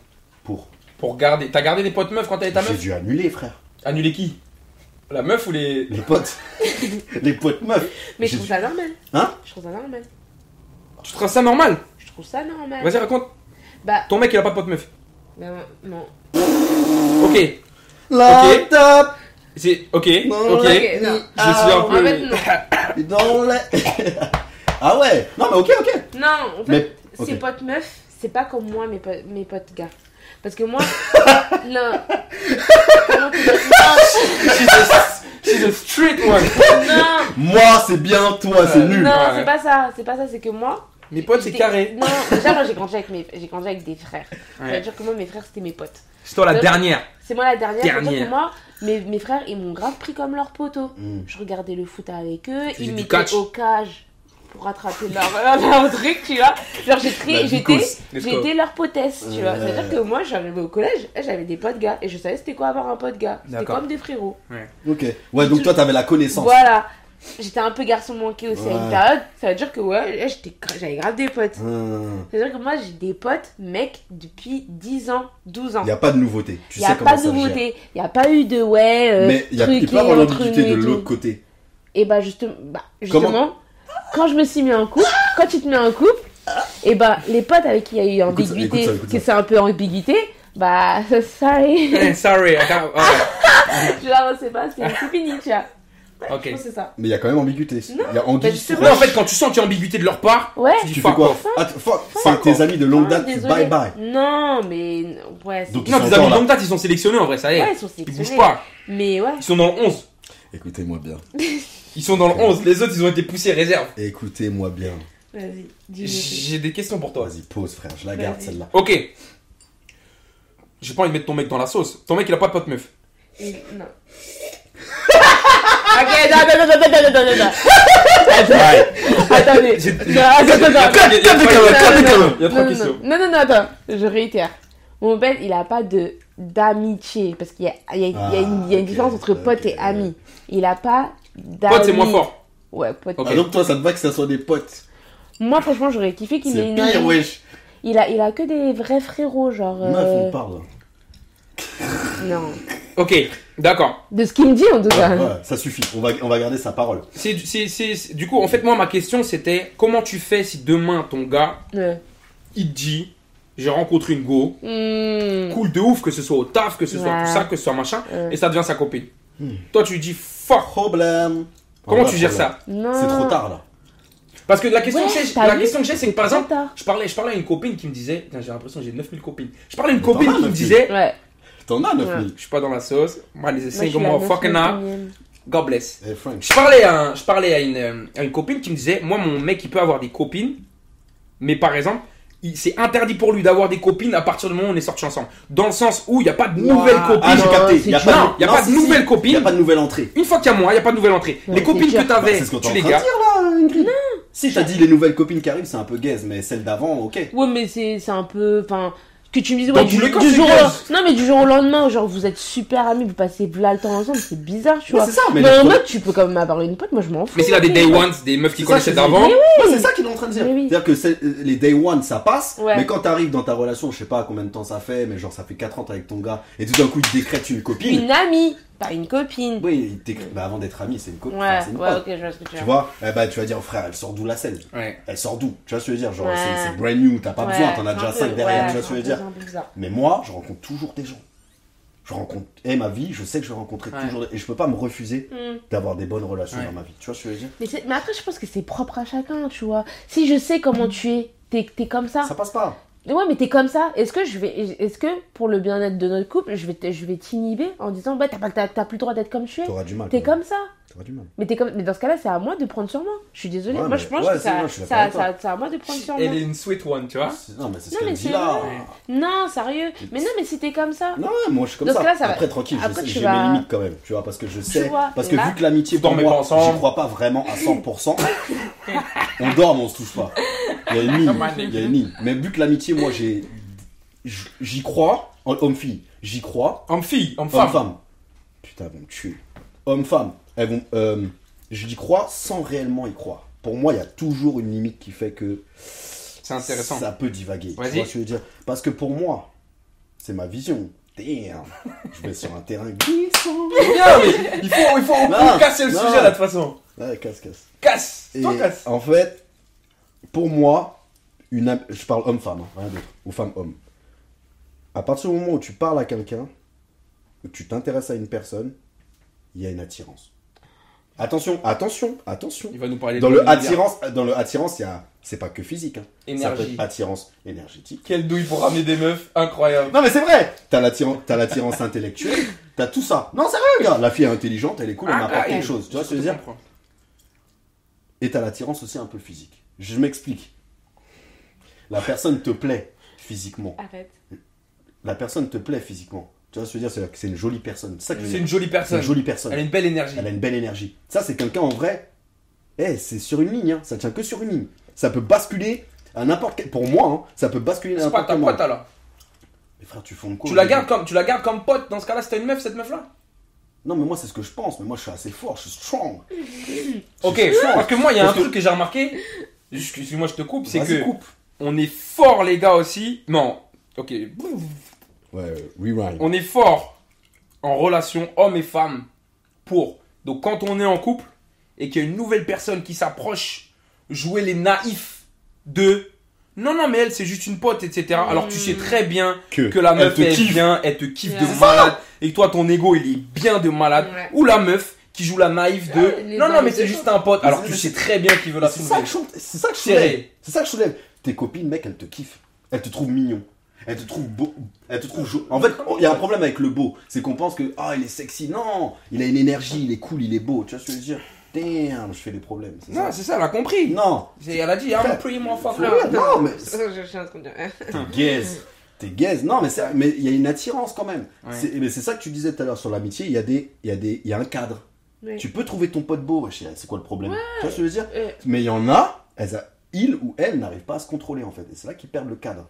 S1: Pour.
S2: pour garder T'as gardé des potes meufs quand t'avais ta
S1: J'ai
S2: meuf
S1: dû annuler, frère.
S2: Annuler qui La meuf ou les
S1: Les potes. les potes meufs.
S3: Mais je
S1: J'ai
S3: trouve
S1: dû-
S3: ça normal.
S1: Hein
S3: Je trouve ça normal.
S2: Tu trouves ça normal
S3: Je trouve ça normal.
S2: Vas-y raconte.
S3: Bah,
S2: Ton mec il a pas de pote meuf.
S3: non, non.
S2: Ok.
S1: La
S2: Ok.
S1: tape
S2: C'est ok.
S1: Non,
S2: Ok.
S3: Ok, non.
S2: Je suis un
S3: En fait,
S2: peu.
S3: non.
S1: dans la- ah ouais Non, mais ok, ok.
S3: Non, en fait,
S1: Mais- ok.
S3: ces potes meufs, c'est pas comme moi, mes, po- mes potes gars. Parce que moi, non. Comment tu dis-
S2: She's a- she's a street one.
S3: Non,
S1: Moi, c'est bien, toi, c'est
S2: Euh,
S1: nul.
S3: non,
S2: Ouais.
S3: c'est pas ça. C'est pas ça, c'est que moi.
S2: Mes potes c'est
S3: j'étais-
S2: carré.
S3: Non, déjà, moi, j'ai grandi avec, mes... j'ai grandi avec des frères.
S2: Ouais.
S3: C'est-à-dire que moi, mes frères, c'était mes potes.
S2: C'est toi la
S3: Meuf.
S2: dernière.
S3: C'est moi la dernière. C'est-à-dire
S2: Dernière.
S3: que moi, mes, mes frères, ils m'ont grave pris comme leur poteau.
S1: Mm.
S3: Je regardais le foot avec eux,
S2: faisais
S3: ils
S2: du
S3: m'étaient
S2: catch.
S3: au cage pour rattraper leur, leur truc, tu vois. Genre, j'ai
S2: La
S3: créé- j'étais.
S2: bicose. Let's
S3: J'ai
S2: go.
S3: été leur potesse, tu vois.
S1: Euh.
S3: C'est-à-dire que moi, j'arrivais au collège, eh, j'avais des potes gars. Et je savais c'était quoi avoir un pote gars. C'était
S2: D'accord.
S3: comme des frérots.
S1: Ok. Ouais, donc toi, t'avais la connaissance.
S3: Voilà. J'étais un peu garçon manqué aussi à
S1: Ouais.
S3: une période. Ça veut dire que ouais, là, j'étais gra- j'avais grave des potes.
S1: Il
S3: C'est-à-dire que moi, j'ai des potes, mecs, depuis 10 ans, 12 ans.
S1: n'y a pas de nouveauté. Tu
S3: Il n'y a,
S1: sais comment
S3: pas
S1: ça
S3: de
S1: se gère.
S3: nouveauté. Il n'y a pas eu de ouais. euh,
S1: Mais il y a- il
S3: truqué
S1: peut y avoir
S3: entre
S1: l'ambiguïté
S3: nous
S1: de
S3: et
S1: l'autre
S3: tout.
S1: côté.
S3: Et bah, justement, bah,
S1: Comment-
S3: justement quand je me suis mis en couple, quand tu te mets en couple, et bah, les potes avec qui il y a eu
S1: Écoute ça, écoute
S3: ambiguïté,
S1: ça, écoute
S3: que
S1: ça.
S3: c'est un peu ambiguïté, bah, sorry.
S2: Eh, Sorry. I can't- alright.
S3: Tu vois, c'est pas, c'est c'est fini, tu vois.
S2: Ok.
S3: Je pense que c'est ça.
S1: Mais il y a quand même ambiguïté. Il y a anguille. sous
S3: bah, justement.
S2: Non, en
S1: roche.
S2: fait quand tu sens qu'il y a ambiguïté de leur part,
S3: Ouais. Ah,
S2: tu dis
S1: Tu fais
S2: fuck
S1: quoi
S2: off.
S1: Ah, tu- fuck. Fuck tes amis de longue date, tu
S3: Désolée.
S1: bye bye.
S3: Non, mais ouais, c'est-
S1: Donc, Ils
S2: Non,
S1: sont
S2: tes amis
S1: encore là.
S2: de longue date, ils sont sélectionnés en vrai, ça y
S3: ouais,
S2: est.
S3: ils sont
S2: Ils bougent
S3: sélectionnés.
S2: pas.
S3: Mais ouais.
S2: Ils sont dans le 11.
S1: Écoutez-moi bien.
S2: Ils sont dans le 11. Les autres, ils ont été poussés réserve.
S1: Écoutez-moi bien.
S3: Vas-y, dis-moi.
S2: J'ai des questions pour toi.
S1: Vas-y, pause, frère. Je la garde,
S3: Vas-y.
S1: celle-là.
S2: Ok. J'ai pas envie de mettre ton mec dans la sauce. Ton mec, il a pas de pote meuf.
S3: Et- Non. ok, non, non, non, non, non, non, non, non, non. Attendez.
S2: J'ai-
S3: Non, Ah, attends, attends, attends.
S2: Il y a- il y a- il y a-
S3: Non,
S2: il y a-
S3: non, non.
S2: il y a trois
S3: Non, non,
S2: questions.
S3: Non, non, non, attends. Je réitère. Mon père, il a pas de d'amitié. Parce qu'il y a, il y a- il y a une, il y a une
S1: Ah,
S3: différence
S1: ok,
S3: entre pote
S1: ok.
S3: et ami. Il a pas d'ami.
S2: Pote, c'est moins fort.
S3: Ouais, pote.
S2: Ok.
S1: Ah, donc toi, ça te va que ça soit des potes.
S3: Moi, franchement, j'aurais kiffé qu'il ait
S1: C'est
S3: une
S1: pire,
S3: amie.
S1: wesh.
S3: Euh, Il a, il a que des vrais frérots, genre.
S1: Meuf,
S3: euh,
S1: on parle.
S3: Non.
S2: Ok, d'accord.
S3: De ce qu'il me dit en tout cas.
S1: Ouais, ça suffit, on va, on va garder sa parole.
S2: C'est, c'est, c'est- c'est- du coup, en fait, moi, ma question, c'était comment tu fais si demain, ton gars,
S3: Ouais.
S2: il te dit j'ai rencontré une go,
S3: Mmh.
S2: cool de ouf, que ce soit au taf, que ce soit
S3: Ouais.
S2: tout ça, que ce soit machin,
S3: Ouais.
S2: et ça devient sa copine.
S1: Hmm.
S2: Toi, tu dis fuck.
S1: Problème.
S2: Comment
S1: Un vrai
S2: tu gères
S1: problème.
S2: ça
S3: Non.
S1: C'est trop tard là.
S2: Parce que la question,
S3: Ouais,
S2: que j'ai-
S3: t'as
S2: la
S3: vu
S2: question que j'ai, c'est que par
S3: Trop
S2: exemple,
S3: tard.
S2: je parlais, je parlais à une copine qui me disait, Putain, j'ai l'impression que j'ai 9000 copines. Je parlais à une
S1: Mais t'en
S2: copine
S1: as
S2: qui me
S1: 9000.
S2: disait,
S3: Ouais.
S1: T'en as
S3: Ouais.
S1: 9000.
S2: je suis pas dans la sauce, man is a
S3: Moi, je suis
S2: single
S3: la
S2: motherfucking now,
S3: 9e.
S2: God bless.
S1: Eh, Frank.
S2: Je parlais, à, un- je parlais à, une, euh, à une copine qui me disait Moi, mon mec, il peut avoir des copines, mais par exemple, il- c'est interdit pour lui d'avoir des copines à partir du moment où on est sortis ensemble. Dans le sens où il n'y a pas de nouvelles
S3: Ouah.
S2: copines.
S1: Ah, j'ai
S3: Non,
S1: capté.
S3: c'est
S1: Y a
S3: du-
S1: pas
S2: non, y a pas de
S1: si, si.
S2: nouvelle copine.
S1: Y a pas de nouvelle entrée.
S2: Une fois qu'il y a moi, il n'y a pas de nouvelles entrées.
S3: Ouais,
S2: les
S3: c'est
S2: copines
S3: sûr.
S2: que tu avais,
S1: Bah, c'est ce que t'es
S2: tu
S1: en
S2: les
S1: train de
S2: gardes.
S1: dire là, Ingrid.
S3: Non.
S1: Si t'as dit les nouvelles copines qui arrivent, c'est un peu gaze, mais celles d'avant, ok.
S3: Ouais, mais c'est c'est un peu. Enfin. Que tu me dises,
S2: Dans
S3: ouais,
S2: tous
S3: du,
S2: les cas,
S3: du
S2: c'est
S3: jour
S2: gaze.
S3: au... Non, mais du jour au lendemain, genre, vous êtes super amis, vous passez là le temps ensemble, c'est bizarre, tu
S1: Ouais,
S3: vois.
S1: c'est ça, mais
S3: Mais
S1: les
S3: en
S1: pro-
S3: mode, tu peux quand même avoir une pote, moi je m'en fous.
S2: Mais s'il a des
S3: ok.
S2: day ones, des meufs qu'il
S1: C'est ça,
S2: connaissait
S1: je te dis.
S2: d'avant,
S1: Ouais, Bah, c'est ça qu'il est en train de dire.
S3: Mais oui.
S1: C'est-à-dire que c'est- euh, les day one, ça passe,
S3: Ouais.
S1: mais quand t'arrives dans ta relation, je sais pas combien de temps ça fait, mais genre ça fait 4 ans t'es avec ton gars, et tout d'un coup il décrète une copine.
S3: Une amie, pas une copine.
S1: Oui, il décrète. Bah avant d'être ami, c'est une copine.
S3: Ouais,
S1: enfin, c'est une
S3: ouais,
S1: pote.
S3: ok, je vois ce que tu
S1: Tu
S3: veux dire.
S1: vois, eh bah, tu vas dire frère, elle sort d'où la scène
S2: ouais.
S1: Elle sort d'où Tu vois ce que je veux dire Genre,
S3: Ouais.
S1: c'est- c'est brand new, t'as pas
S3: Ouais,
S1: besoin, t'en as
S3: c'est un
S1: déjà
S3: peu-
S1: 5 derrière,
S3: ouais,
S1: tu vois ce que je veux
S3: c'est un
S1: dire
S3: peu bizarre.
S1: Mais moi, je rencontre toujours des gens. Je rencontre, et ma vie, je sais que je vais rencontrer
S2: Ouais.
S1: toujours des... Et je peux pas me refuser
S3: Hmm.
S1: d'avoir des bonnes relations
S2: Ouais.
S1: dans ma vie. Tu vois ce que je veux dire
S3: Mais, c'est- mais après, je pense que c'est propre à chacun, tu vois. Si je sais comment tu es, t'es t'es comme ça.
S1: Ça passe pas.
S3: Ouais, mais t'es comme ça. Est-ce que je vais, est-ce que pour le bien-être de notre couple, je vais, te- je vais t'inhiber en disant, bah t'as pas- t'as t'as plus le droit d'être comme tu es.
S1: T'auras du mal.
S3: T'es
S1: quand même.
S3: comme ça.
S1: T'auras du mal.
S3: Mais t'es comme, mais dans ce cas-là, c'est à moi de prendre sur moi. Je suis désolée.
S1: Ouais,
S3: moi, je
S1: mais-
S3: pense
S1: ouais,
S3: que
S1: c'est-
S3: ça,
S1: moi, je suis
S3: ça,
S1: d'accord
S3: ça, c'est à moi de prendre sur moi.
S2: Elle est une sweet one, tu vois.
S1: C'est- Non, mais c'est ce
S3: Hein Non,
S1: qu'elle
S3: mais
S1: dit
S3: c'est
S1: là.
S3: vrai. Non, sérieux. Mais non, mais si t'es comme ça.
S1: Non, ouais, moi je suis comme
S3: Dans ce
S1: ça.
S3: cas-là, ça va.
S1: Après, tranquille, je
S3: Après,
S1: sais-
S3: tu
S1: j'ai
S3: vas-
S1: mes limites quand même. Tu vois, parce que je sais.
S3: vois,
S1: parce
S3: mais
S1: que
S3: là-
S1: vu que l'amitié,
S2: Vous
S1: pour
S2: dormez pas
S1: moi,
S2: ensemble.
S1: j'y crois pas vraiment à 100%. on dort, mais on se touche pas. Il y a une ligne.
S2: Come on,
S1: Il y a une ligne. Mais vu que l'amitié, moi j'ai. j- J'y crois. en- Homme-fille, j'y crois.
S2: Homme fille, homme femme.
S1: Homme-femme. Putain, elles vont me tuer. Homme-femme. Elles vont. euh, J'y crois sans réellement y croire. Pour moi, il y a toujours une limite qui fait que.
S2: C'est intéressant.
S1: Ça peut divaguer. Tu vois ce
S2: Vas-y.
S1: que je veux dire Parce que pour moi, c'est ma vision. Damn. Je vais sur un terrain glissant.
S2: Bien, mais il faut, il faut on
S1: Non,
S2: peut casser le
S1: non.
S2: sujet là de toute façon.
S1: Ouais, casse, casse.
S2: Casse,
S1: Et
S2: toi casse.
S1: en fait, pour moi, une am- je parle homme-femme, hein, rien d'autre. Ou femme-homme. À partir du moment où tu parles à quelqu'un, où tu t'intéresses à une personne, il y a une attirance. Attention, attention, attention.
S2: Il va nous parler
S1: Dans
S2: de
S1: le
S2: l'univers.
S1: attirance, dans le attirance, il y a, c'est pas que physique. hein. Ça peut
S2: Énergie.
S1: être attirance énergétique.
S2: Quelle douille pour ramener des meufs, incroyable.
S1: Non mais c'est vrai T'as l'attirance, t'as l'attirance intellectuelle, t'as tout ça. Non sérieux gars, la fille est intelligente, elle est cool, elle
S2: Ah,
S1: m'apporte
S2: ah,
S1: quelque chose, tu vois ce que je veux dire
S2: comprends.
S1: Et t'as l'attirance aussi un peu physique. Je m'explique. La personne te plaît physiquement.
S3: Arrête.
S1: La personne te plaît physiquement. Tu vois ce que je veux dire C'est-à-dire que c'est une jolie personne. C'est ça que je veux
S2: C'est
S1: dire.
S2: une jolie
S1: C'est
S2: personne.
S1: une jolie personne.
S2: Elle a une belle énergie.
S1: Elle a une belle énergie. Ça c'est quelqu'un en vrai. Eh, c'est sur une ligne, hein. ça tient que sur une ligne. Ça peut basculer à n'importe quel... Pour moi, hein, ça peut basculer à
S2: C'est pas
S1: n'importe
S2: ta
S1: quel
S2: pote
S1: moment.
S2: alors.
S1: Mais frère, tu fonds quoi
S2: Tu la gardes comme tu la gardes comme pote. Dans ce cas-là, c'était une meuf cette meuf là.
S1: Non mais moi c'est ce que je pense, mais moi je suis assez fort, je suis strong.
S2: Ok.
S1: C'est sûr.
S2: Parce que moi, il y a un
S1: Parce que-
S2: truc que j'ai remarqué. Excuse-moi, je te coupe. C'est
S1: Vas-y,
S2: que
S1: coupe.
S2: on est fort les gars aussi. Non. Ok.
S1: Ouais, rewind.
S2: On est fort en relation homme et femme pour. Donc quand on est en couple et qu'il y a une nouvelle personne qui s'approche, jouer les naïfs de non non mais elle c'est juste une pote etc. Alors tu sais très bien que la meuf
S1: elle
S2: elle,
S1: te kiffe.
S2: vient, elle te kiffe
S3: Ouais.
S2: de malade et toi ton ego il est bien de malade
S3: Ouais.
S2: ou la meuf qui joue la naïve de
S3: Ouais, les
S2: non non mais
S3: naïfs
S2: c'est
S3: de
S2: juste un pote
S1: Mais
S2: alors
S1: c'est-
S2: tu
S1: mais
S2: sais très bien qu'il veut la
S1: C'est ça
S2: soulever
S1: que je c'est ça que je
S2: Serré.
S1: soulève. C'est ça que je soulève. Tes copines, mec, elles te kiffent. Elles te trouvent mignon. Elles te trouvent beau. Elles te trouvent jo- En fait, oh, il y a un problème avec le beau. C'est qu'on pense que, ah, il est sexy. Non, il a une énergie, il est cool, il est beau. Tu vois ce que je veux dire Damn, je fais des problèmes. c'est
S2: non
S1: ça
S2: c'est ça elle a compris
S1: non.
S2: C'est- elle a dit I'm a
S1: Frère,
S2: pretty motherfucker
S1: Ouais, non, mais
S3: Je suis en train de dire.
S1: t'es gaze. T'es gaze. Non, mais c'est- mais il y a une attirance quand même.
S2: Ouais.
S1: C'est- Mais c'est ça que tu disais tout à l'heure sur l'amitié. Il y, a des- il y, a des- il y a un cadre.
S3: Ouais.
S1: Tu peux trouver ton pote beau. wesh, C'est quoi le problème Tu vois ce que je veux dire
S3: Ouais.
S1: Mais il y en a, elles a- ils ou elles n'arrivent pas à se contrôler en fait. Et c'est là qu'ils perdent le cadre.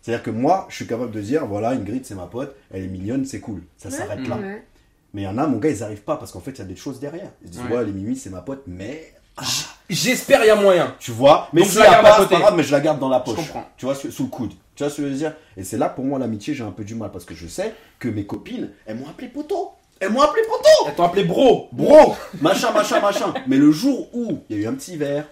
S1: C'est-à-dire que moi, je suis capable de dire, voilà, Ingrid, c'est ma pote, elle est mignonne, c'est cool. Ça s'arrête là.
S3: Ouais.
S1: Mais il y en a, mon gars, ils n'arrivent pas parce qu'en fait, il y a des choses derrière. Ils se disent,
S2: Ouais.
S1: ouais, elle est mimi, c'est ma pote, mais.
S2: j'espère il y a moyen
S1: Tu vois Mais
S2: Donc,
S1: si
S2: je la
S1: elle
S2: garde à
S1: part, c'est
S2: côté.
S1: pas grave, mais je la garde dans la poche.
S2: comprends.
S1: Tu vois, sous le coude. Tu vois ce que je veux dire Et c'est là pour moi l'amitié, j'ai un peu du mal parce que je sais que mes copines, elles m'ont appelé poteau. Elles m'ont appelé poteau
S2: Elles t'ont appelé bro.
S1: Bro Machin, machin, machin. Mais le jour où il y a eu un petit verre,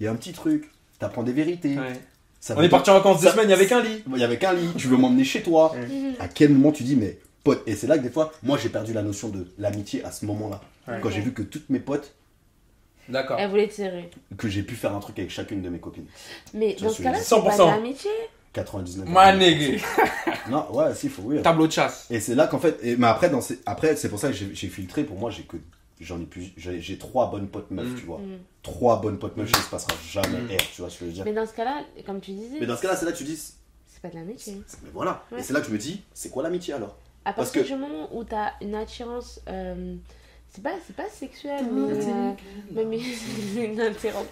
S1: il y a eu un petit truc, t'apprends des vérités.
S2: Ouais.
S1: ça
S2: On
S1: veut
S2: est parti en vacances deux
S1: Ça-
S2: semaines, il y avait qu'un lit.
S1: il y avait qu'un lit, tu veux m'emmener chez toi. À quel moment tu dis, mais pote, et c'est là que des fois, moi j'ai perdu la notion de l'amitié à ce moment-là.
S2: Ouais.
S1: Quand j'ai vu que toutes mes potes,
S2: D'accord.
S3: Elle voulait tirer.
S1: que j'ai pu faire un truc avec chacune de mes copines.
S3: Mais
S1: Ça,
S3: dans
S1: c'est
S3: ce cas-là, c'est
S2: 100%.
S3: pas de l'amitié.
S1: 99.
S2: Ma nègre.
S1: Non, ouais, si, faut, oui.
S2: Tableau de chasse.
S1: Et c'est là qu'en fait, et, mais après, dans ces- après c'est pour ça que j'ai j'ai filtré, pour moi, j'ai que. J'en ai plus. J'ai j'ai trois bonnes potes meufs,
S2: Mm.
S1: tu vois.
S3: Mm.
S1: Trois bonnes potes meufs, ça se passera jamais
S2: Mm.
S1: R, tu vois ce que je veux dire.
S3: Mais dans ce cas-là, comme tu disais,
S1: Mais dans ce cas-là, c'est là que tu dis.
S3: c'est pas de l'amitié.
S1: c'est- Mais voilà.
S3: Ouais.
S1: Et c'est là que je me dis, c'est quoi l'amitié alors
S3: À
S1: Parce
S3: partir
S1: que-
S3: du moment où t'as une attirance, euh, c'est pas, c'est pas sexuel, mais, euh, mais- mais c'est une attirance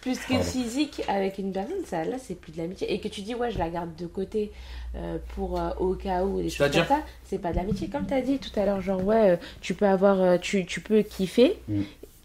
S3: plus que
S1: Pardon.
S3: physique avec une personne, ça, là, c'est plus de l'amitié. Et que tu dis, ouais, je la garde de côté euh, pour euh, au cas où, des choses
S2: C'est-à-dire
S3: comme ça, c'est pas de l'amitié. Comme t'as dit tout à l'heure, genre, ouais, euh, tu peux avoir, euh, tu, tu peux kiffer.
S1: Mm.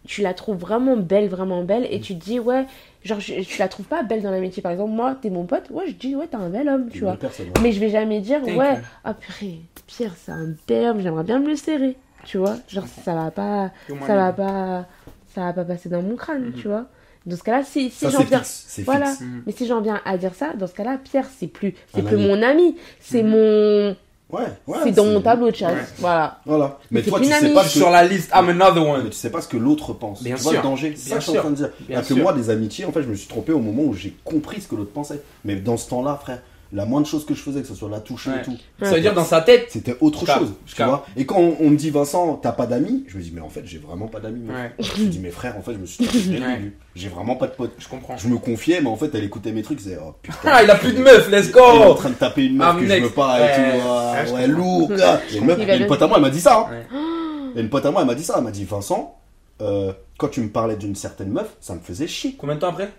S3: Tu la trouves vraiment belle, vraiment belle, et tu te dis, ouais, genre, je, je la trouve pas belle dans l'amitié. Par exemple, moi, t'es mon pote, ouais, je dis, ouais, t'es un bel homme, tu
S1: Une
S3: vois.
S1: personne. ouais.
S3: Mais je vais jamais dire,
S2: Thank
S3: ouais,
S2: you.
S3: ah purée, Pierre, c'est un bel homme, j'aimerais bien me le serrer. Tu vois, genre ça va pas,
S2: Yo, ma
S3: ça va
S2: nègre.
S3: pas, ça va pas passer dans mon crâne,
S2: Mhm.
S3: tu vois. Dans ce cas-là, si, si
S1: Ça,
S3: j'en
S1: c'est
S3: viens,
S1: fixe. C'est
S3: voilà.
S1: fixe.
S2: Mhm.
S3: mais si j'en viens à dire ça, dans ce cas-là, Pierre, c'est plus, c'est
S1: Un
S3: plus
S1: ami. Ah,
S3: mon ami, c'est
S2: Mhm.
S3: mon,
S1: Ouais, ouais.
S3: c'est dans mon tableau de chasse,
S2: Ouais.
S3: voilà.
S1: Voilà. Mais,
S3: Mais c'est
S1: toi,
S3: une
S1: tu sais
S3: amie.
S1: pas
S2: Je
S1: que...
S2: suis sur la liste, I'm
S1: Ouais,
S2: another
S1: mais
S2: one.
S1: tu sais pas ce que l'autre pense.
S2: Bien
S1: tu vois
S2: sûr.
S1: le danger. C'est ça
S2: Bien
S1: que je suis en train de dire.
S2: Bien
S1: Parce que
S2: sûr.
S1: moi, des amitiés, en fait, je me suis trompé au moment où j'ai compris ce que l'autre pensait. Mais dans ce temps-là, frère, la moindre chose que je faisais, que ce soit la toucher
S2: Ouais.
S1: et tout,
S2: Ça veut dire dans sa tête.
S1: c'était autre
S2: Je capte,
S1: chose.
S2: je
S1: Tu
S2: capte.
S1: vois et quand on, on me dit Vincent, t'as pas d'amis, je me dis, mais en fait, j'ai vraiment pas d'amis. mec.
S2: Ouais,
S1: Je me dis, mais frère, en fait, je me suis trompé dès le
S2: Ouais.
S1: début. J'ai vraiment pas de potes.
S2: je comprends.
S1: Je me confiais, mais en fait, elle écoutait mes trucs, elle disait, oh putain.
S2: Ah, il a plus de meuf, let's
S1: Il est en
S2: go.
S1: train de taper une
S2: Ah,
S1: meuf que je
S2: next.
S1: veux pas et
S2: Ouais.
S1: tout. Ah,
S2: Ouais, je
S1: ouais, lourd. gars. Il y a une meuf- il
S3: Il
S1: y
S3: va
S1: a une
S3: le-
S1: pote à moi, elle m'a dit ça. hein.
S2: Ouais.
S1: Et une pote à moi, elle m'a dit ça. Elle m'a dit Vincent, euh, quand tu me parlais d'une certaine meuf, ça me faisait chier.
S2: Combien de temps après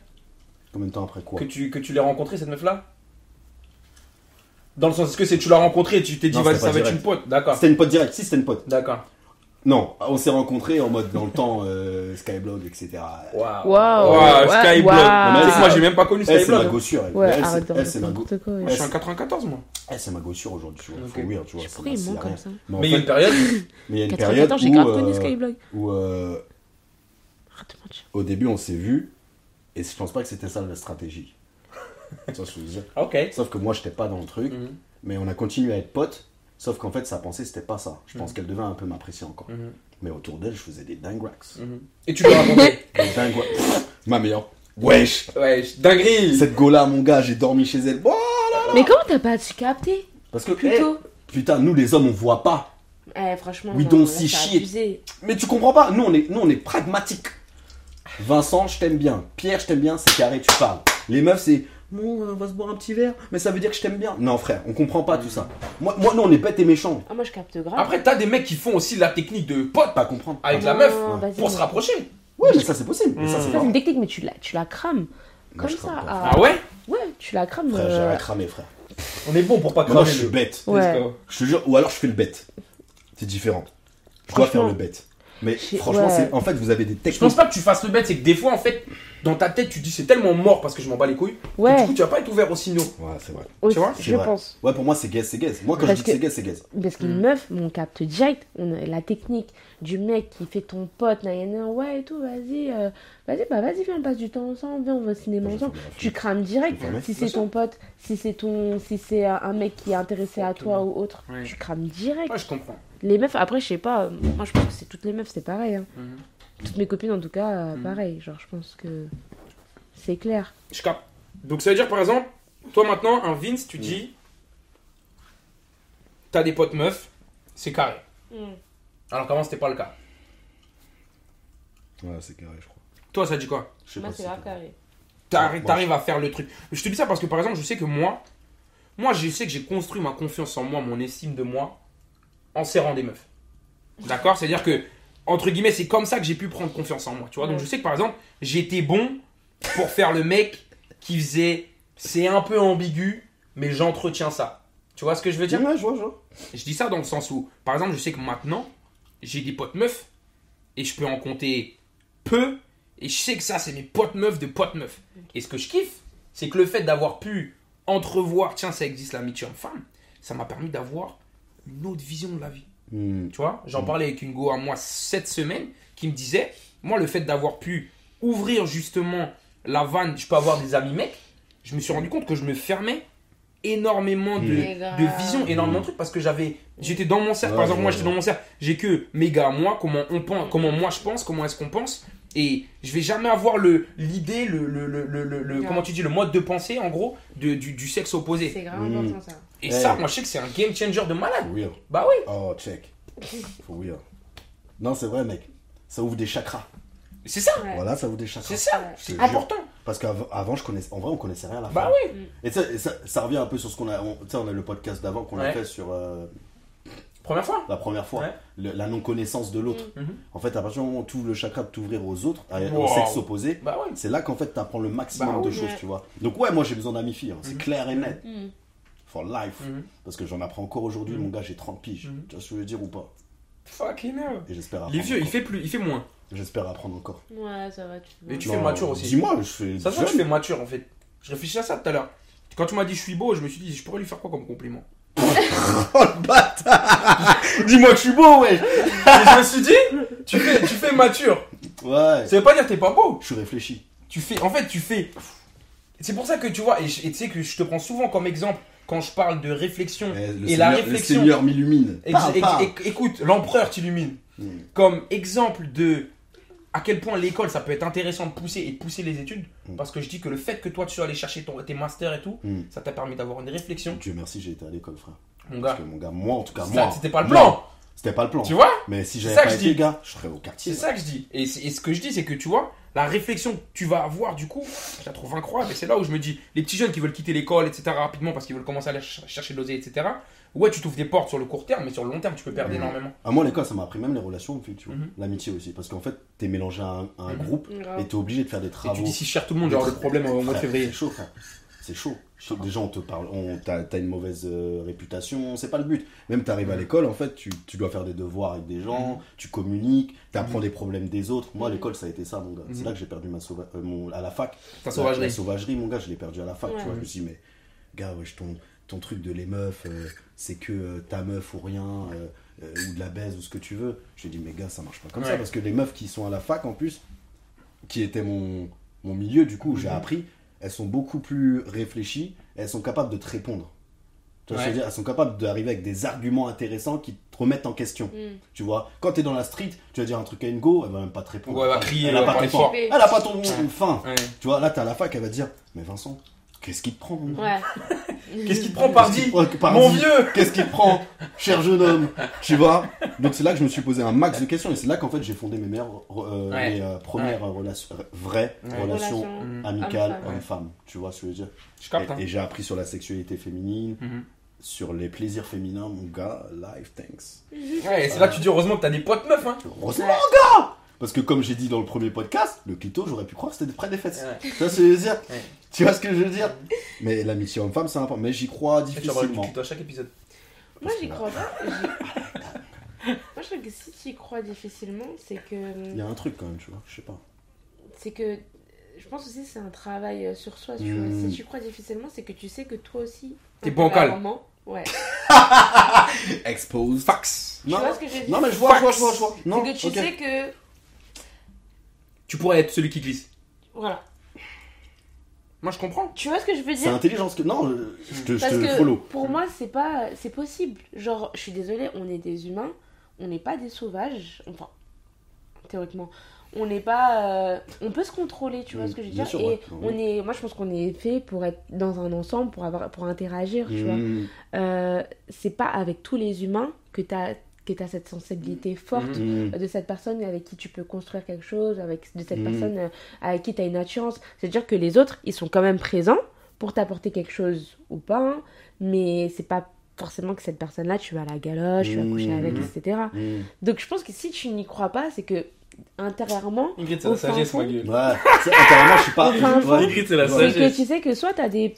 S1: Combien de temps après quoi
S2: que tu, que tu l'as rencontrée, cette meuf-là Dans le sens, est-ce que c'est tu l'as rencontrée et tu t'es dit,
S1: Non,
S2: vas-y,
S1: c'était pas
S2: ça va être
S1: direct.
S2: une pote D'accord.
S1: C'était une pote directe. Si, c'était une pote.
S2: D'accord.
S1: Non, on s'est rencontrés en mode dans le temps euh, Skyblog, etc.
S2: Waouh.
S3: Waouh.
S2: Waouh,
S3: Ouais,
S2: Skyblog.
S3: waouh.
S2: Tu sais que moi, j'ai même pas connu hein.
S1: Elle, Eh, c'est ma
S2: Skyblog.
S1: gossure. Elle,
S3: Ouais,
S1: Elle,
S3: arrête
S1: c'est-
S3: de
S1: elle, c'est ma, go-
S3: n'importe quoi. ouais.
S2: Moi, je suis en 94, moi.
S1: elle, c'est ma gossure aujourd'hui. Tu vois,
S2: Ok.
S1: faut rire, tu vois.
S3: Je
S1: c'est-
S3: pourrais
S1: c'est
S3: aimant
S1: rien.
S3: comme ça.
S1: Mais en
S2: Mais il y a une
S1: fait,
S2: période.
S1: mais il y a une période
S3: 94, j'ai grave connu
S1: où, euh,
S3: Skyblog.
S1: où euh,
S3: Arrête de mentir.
S1: au début on s'est vu et je pense pas que c'était ça la stratégie. ça, je veux dire.
S2: Ok.
S1: Sauf que moi, j'étais pas dans le truc.
S2: Mhm.
S1: Mais on a continué à être potes, sauf qu'en fait, sa pensée, c'était pas ça. Je pense
S2: Mhm.
S1: qu'elle devait un peu m'apprécier encore.
S2: Mhm.
S1: Mais autour d'elle, je faisais des dingracks.
S2: Mhm. Et tu l'as rencontrée.
S1: Des dingracks. Ma meilleure. Wesh
S2: Ouais, je- dinguerie.
S1: Cette go-là, mon gars, j'ai dormi chez elle. Bon
S3: Mais comment t'as pas capté
S1: Parce que,
S3: plus tôt
S1: eh, putain, nous les hommes, on voit pas.
S3: Eh, franchement,
S1: We
S3: genre,
S1: don't
S3: là,
S1: see
S3: t'as
S1: shit.
S3: abusé.
S1: Mais tu comprends pas, nous, on est, nous, on est pragmatiques. Vincent, je t'aime bien. Pierre, je t'aime bien. C'est carré, tu parles. Les meufs, c'est. Bon, euh, on va se boire un petit verre, mais ça veut dire que je t'aime bien. Non, frère, on comprend pas tout ça. Moi, moi, nous, on est bêtes et méchants.
S3: Ah, moi, je capte grave.
S2: Après, t'as des mecs qui font aussi la technique de pote
S1: Pas comprendre.
S2: avec
S3: Non,
S2: la meuf
S3: Ah, vas-y,
S2: pour
S3: non.
S2: se rapprocher.
S1: Ouais, mais ça, c'est possible. Mais Ça,
S2: Mhm.
S1: c'est
S3: Ça, c'est
S1: normal.
S3: une technique, mais tu la, tu la crames.
S1: Moi, je
S3: Comme ça,
S1: crains pas.
S3: ah.
S2: Ah ouais
S3: Ouais, tu la crames.
S1: Frère,
S3: euh,
S1: j'ai rien cramé, frère.
S2: On est bon pour pas
S1: Maintenant,
S2: cramer.
S1: je suis
S2: le-
S1: bête.
S3: Ouais.
S2: Let's go.
S1: Je te jure, ou alors je fais le bête. C'est différent. Je dois faire
S3: Franchement.
S1: le bête. Mais
S3: J'ai-
S1: franchement,
S3: ouais.
S1: c'est en fait, vous avez des
S2: Je
S1: techniques.
S2: pense pas que tu fasses le bête, c'est que des fois, en fait, dans ta tête, tu dis c'est tellement mort parce que je m'en bats les couilles. que
S3: Ouais.
S2: du coup, tu vas pas être ouvert aux signaux.
S1: Ouais, c'est vrai.
S3: aussi,
S2: vois,
S1: c'est
S3: je
S1: vrai.
S3: pense.
S1: Ouais, pour moi, c'est gaze, c'est gaze. Moi, quand
S3: Parce
S1: je dis que
S3: que-
S1: c'est gaze, c'est gaze.
S3: Parce qu'une meuf, on capte direct. On a la technique du mec qui fait ton pote, nan, nan, nan, ouais et tout, vas-y, euh, vas-y, bah vas-y, viens, on passe du temps ensemble, viens, on va au cinéma
S1: Moi, je
S3: ensemble.
S1: vais faire de la
S3: Tu crames direct.
S1: Je vais faire
S3: Si
S1: de la
S3: c'est ton pote, si c'est ton, si c'est euh, un mec qui est intéressé à toi ou autre,
S2: Ouais.
S3: tu crames direct.
S2: Ouais, je comprends.
S3: Les meufs, après, je sais pas. euh, Moi, je pense que c'est toutes les meufs, c'est pareil. hein.
S2: Mhm.
S3: Toutes mes copines, en tout cas, euh,
S2: Mhm.
S3: pareil. Genre, je pense que c'est clair.
S2: Je capte. Donc ça veut dire par exemple, toi maintenant, un Vince, tu dis, t'as des potes meufs, c'est carré.
S3: Hmm.
S2: Alors qu'avant c'était pas le cas.
S1: Ouais, c'est carré, je crois.
S2: Toi ça dit quoi
S1: Je
S3: Bah,
S1: sais pas si c'est carré.
S2: T'arri-
S1: Moi,
S2: T'arrives à faire le truc. Je te dis ça parce que par exemple, je sais que moi, moi je sais que j'ai construit ma confiance en moi, mon estime de moi, en serrant des meufs. D'accord C'est-à-dire que, entre guillemets, c'est comme ça que j'ai pu prendre confiance en moi. Tu vois Donc
S3: Ouais.
S2: je sais que par exemple, j'étais bon pour faire le mec qui faisait, c'est un peu ambigu, mais j'entretiens ça. Tu vois ce que je veux dire
S1: Ouais, je vois, je vois.
S2: Je dis ça dans le sens où, par exemple, je sais que maintenant, j'ai des potes meufs et je peux en compter peu. Et je sais que ça, c'est mes potes meufs de potes meufs. Et ce que je kiffe, c'est que le fait d'avoir pu entrevoir, tiens, ça existe l'amitié homme-femme, ça m'a permis d'avoir une autre vision de la vie.
S1: Hmm.
S2: Tu vois, j'en parlais avec une go à moi cette semaine qui me disait, moi, le fait d'avoir pu ouvrir justement la vanne, je peux avoir des amis mecs, je me suis rendu compte que je me fermais énormément de,
S3: Mais grave.
S2: de vision, énormément de trucs parce que j'avais, j'étais dans mon cercle.
S1: Mm. Ouais,
S2: Par exemple,
S1: je vois,
S2: moi, j'étais dans mon cercle, j'ai que mes gars à moi, comment on pense, comment moi je pense, comment est-ce qu'on pense. Et je vais jamais avoir le l'idée, le, le, le, le, le- le-
S3: Ouais.
S2: comment tu dis, le mode de pensée en gros de, du, du sexe opposé.
S3: C'est grave
S1: Mm.
S3: important ça.
S2: Et
S1: Hey.
S2: ça, moi je sais que c'est un game changer de malade.
S1: For real.
S2: Bah oui.
S1: Oh, check. For real. Non, c'est vrai, mec. Ça ouvre des chakras.
S2: C'est ça,
S3: Ouais.
S1: Voilà, ça ouvre des chakras.
S2: c'est ça,
S3: Ouais.
S2: c'est
S1: Je te jure.
S2: important.
S1: Parce qu'avant, je connaissais... en vrai, on connaissait rien à la femme.
S2: Bah oui.
S1: Et ça, et ça, ça revient un peu sur ce qu'on a. on- Tu sais, on a le podcast d'avant qu'on a
S2: Ouais.
S1: fait sur euh,
S2: Première fois.
S1: la première fois.
S2: Ouais.
S1: Le- la non-connaissance de l'autre.
S2: Mhm.
S1: En fait, à partir du moment où tu ouvres le chakra de t'ouvrir aux autres, à- au
S2: Wow.
S1: sexe opposé,
S2: Bah ouais.
S1: c'est là qu'en fait, tu apprends le maximum
S2: Bah
S1: de
S2: oui,
S1: choses,
S3: ouais.
S1: tu vois. Donc, ouais, moi, j'ai besoin d'amis filles. hein. C'est clair et net.
S3: Mm.
S1: For life.
S2: Mhm.
S1: Parce que j'en apprends encore aujourd'hui,
S2: Mhm.
S1: mon gars, j'ai 30 piges.
S2: Mhm.
S1: Tu vois ce que je veux dire ou pas
S2: Fucking hell.
S1: Et j'espère apprendre.
S2: Les vieux, il
S1: encore.
S2: fait plus, il fait moins.
S1: J'espère apprendre encore.
S3: Ouais, ça va, tu
S2: Mais tu
S1: Non,
S2: fais mature aussi.
S1: Dis-moi, je fais.
S2: Ça se voit que je
S1: jeune.
S2: fais mature en fait. Je réfléchis à ça tout à l'heure. Quand tu m'as dit je suis beau, je me suis dit je pourrais lui faire quoi comme compliment
S1: Oh le bâtard Dis-moi que je suis beau, ouais
S2: Et Je me suis dit tu fais, tu fais mature.
S1: Ouais.
S2: Ça veut pas dire que t'es pas beau.
S1: Je suis réfléchi.
S2: Tu fais, en fait, tu fais. C'est pour ça que tu vois, et je- et tu sais que je te prends souvent comme exemple quand je parle de réflexion.
S1: Eh, le
S2: Et la
S1: Seigneur-
S2: réflexion-
S1: Le Seigneur m'illumine.
S2: Ex-
S1: Pa,
S2: ex-
S1: pa.
S2: éc- écoute, l'empereur t'illumine.
S1: Mm.
S2: comme exemple de à quel point l'école ça peut être intéressant de pousser et de pousser les études
S1: Mm.
S2: parce que je dis que le fait que toi tu sois allé chercher ton, tes masters et tout
S1: Mm.
S2: ça t'a permis d'avoir une réflexion
S1: Dieu merci, j'ai été à l'école, frère.
S2: mon
S1: Parce
S2: gars
S1: que mon gars, moi en tout cas,
S2: Ça,
S1: moi.
S2: c'était pas le
S1: moi,
S2: plan
S1: C'était pas le plan.
S2: tu vois
S1: Mais si
S2: C'est
S1: j'avais
S2: ça
S1: pas
S2: que je
S1: été,
S2: dis.
S1: gars, je serais au quartier.
S2: c'est ça que je dis et, c'est- et ce que je dis c'est que tu vois la réflexion que tu vas avoir du coup je la trouve incroyable et c'est là où je me dis les petits jeunes qui veulent quitter l'école etc rapidement parce qu'ils veulent commencer à aller ch- chercher de l'oseille etc ouais tu t'ouvres des portes sur le court terme mais sur le long terme tu peux perdre
S1: Mm.
S2: énormément
S1: À moi, l'école, ça m'a appris même les relations, en fait, tu vois.
S2: Mhm.
S1: L'amitié aussi. Parce qu'en fait, t'es mélangé à un, à un
S2: Mhm.
S1: groupe
S3: Hmm, Grave.
S1: et t'es obligé de faire des
S2: et
S1: travaux.
S2: tu dis si je cherche tout le monde genre le problème euh, au mois de
S1: Frère,
S2: février
S1: C'est chaud, frère. C'est chaud. Déjà, on te parle, on, t'as, t'as une mauvaise euh, réputation, c'est pas le but. Même t'arrives à l'école, en fait, tu, tu dois faire des devoirs avec des gens, tu communiques, t'apprends les problèmes des autres. Moi, à l'école, ça a été ça, mon gars. C'est
S2: Mhm.
S1: là que j'ai perdu ma sauva- euh, mon- à la fac.
S2: ta
S1: La, la
S2: sauvagerie
S1: sauvagerie, mon gars, je l'ai perdu à la fac,
S3: Ouais.
S1: tu vois. Je me suis dit, mais gars, wesh, ton, ton truc de les meufs, euh, c'est que euh, ta meuf ou rien, euh, euh, ou de la baise ou ce que tu veux. J'ai dit, mais gars, ça marche pas comme ça.
S2: Ouais.
S1: Parce que les meufs qui sont à la fac, en plus, qui étaient mon, mon milieu, du coup, j'ai
S2: Mhm.
S1: appris, elles sont beaucoup plus réfléchies, elles sont capables de te répondre. Tu vois ce que je veux
S2: Ouais.
S1: dire Elles sont capables d'arriver avec des arguments intéressants qui te remettent en question.
S3: Mm.
S1: Tu vois, quand t'es dans la street, tu vas dire un truc à une go, elle va même pas te répondre.
S2: Ouais, elle va crier,
S1: elle a
S2: elle
S1: pas,
S2: va parler
S1: ton-
S2: fort.
S1: Elle a pas ton fin.
S2: Ouais.
S1: Tu vois, là, t'es à la fac, elle va te dire Mais Vincent, qu'est-ce qui te prend mon
S3: Ouais.
S2: qu'est-ce qui te prend par
S1: Qu'est-ce qui
S2: dit
S1: te prend- par
S2: mon
S1: dit
S2: vieux
S1: Qu'est-ce qui te prend, cher jeune homme Tu vois Donc, c'est là que je me suis posé un max de questions et c'est là qu'en fait j'ai fondé mes meilleures, euh,
S2: Ouais.
S1: mes, euh, premières euh, relations, euh, vraies
S2: Ouais.
S1: relations
S3: Relation.
S2: Mm.
S1: amicales
S3: Homme-femme.
S1: homme-femme. Tu vois ce que je veux dire
S2: je capte hein.
S1: Ah, Et, et j'ai appris sur la sexualité féminine,
S2: Mhm.
S1: sur les plaisirs féminins, mon gars, life, thanks.
S2: Ouais, et c'est là que tu dis heureusement que t'as des potes meufs, hein.
S1: Heureusement, mon gars Parce que comme j'ai dit dans le premier podcast, le clito, j'aurais pu croire que c'était près des fesses. Tu vois ce que je veux dire
S2: Ouais.
S1: Tu vois ce que je veux dire Mais l'amitié homme-femme, c'est important. Mais j'y crois
S2: Et tu vas avoir du
S1: difficilement.
S2: tuto à chaque épisode.
S3: Moi,
S1: Parce
S3: j'y
S1: que-
S3: crois pas. j'y- Moi, je crois que si tu y crois difficilement, c'est
S1: Il y
S3: que.
S1: a un truc quand même, tu vois. Je sais pas.
S3: C'est que. Je pense aussi que c'est un travail euh, sur soi. Tu
S1: Mm.
S3: vois. Si tu crois difficilement, c'est que tu sais que toi aussi.
S2: T'es
S3: un peu
S2: bancal.
S3: à un moment, Ouais.
S1: Expose.
S2: Fax.
S1: Non,
S3: tu vois ce que je veux dire
S1: non mais je vois, je vois,
S2: Fax.
S1: je vois, je vois. Non,
S3: C'est que tu
S1: ok.
S3: sais que.
S2: Tu pourrais être celui qui glisse.
S3: Voilà.
S2: Moi, je comprends.
S3: Tu vois ce que je veux
S1: C'est
S3: dire
S1: intelligent ce que. Non, je- je te, je
S3: Parce
S1: te
S3: que
S1: follow.
S3: pour moi, c'est pas, c'est possible. Genre, je suis désolée, on est des humains, on n'est pas des sauvages. Enfin, théoriquement, on n'est pas, euh, on peut se contrôler, tu vois
S1: Mm,
S3: ce que je veux
S1: bien
S3: dire.
S1: sûr,
S3: et
S1: ouais.
S3: on est, moi, je pense qu'on est fait pour être dans un ensemble, pour avoir, pour interagir, tu vois.
S1: Mmh,
S3: Euh, c'est pas avec tous les humains que t'as, que t'as cette sensibilité forte
S1: mmh.
S3: de cette personne avec qui tu peux construire quelque chose, avec de cette
S1: Mhm.
S3: personne euh, avec qui tu as une assurance. C'est-à-dire que les autres, ils sont quand même présents pour t'apporter quelque chose ou pas, hein, mais c'est pas forcément que cette personne-là, tu vas à la galoche, tu vas coucher avec,
S2: Mhm.
S3: etc.
S1: Mmh.
S3: Donc je pense que si tu n'y crois pas, c'est que intérieurement,
S2: Ingrid,
S3: c'est la Au fin sagesse, fond. ma
S2: gueule.
S1: Ouais, c'est- apparemment, je suis pas.
S3: Enfin,
S1: ouais.
S2: Ingrid, c'est la
S1: Ouais.
S3: c'est
S2: sagesse.
S3: que tu sais que soit tu as des.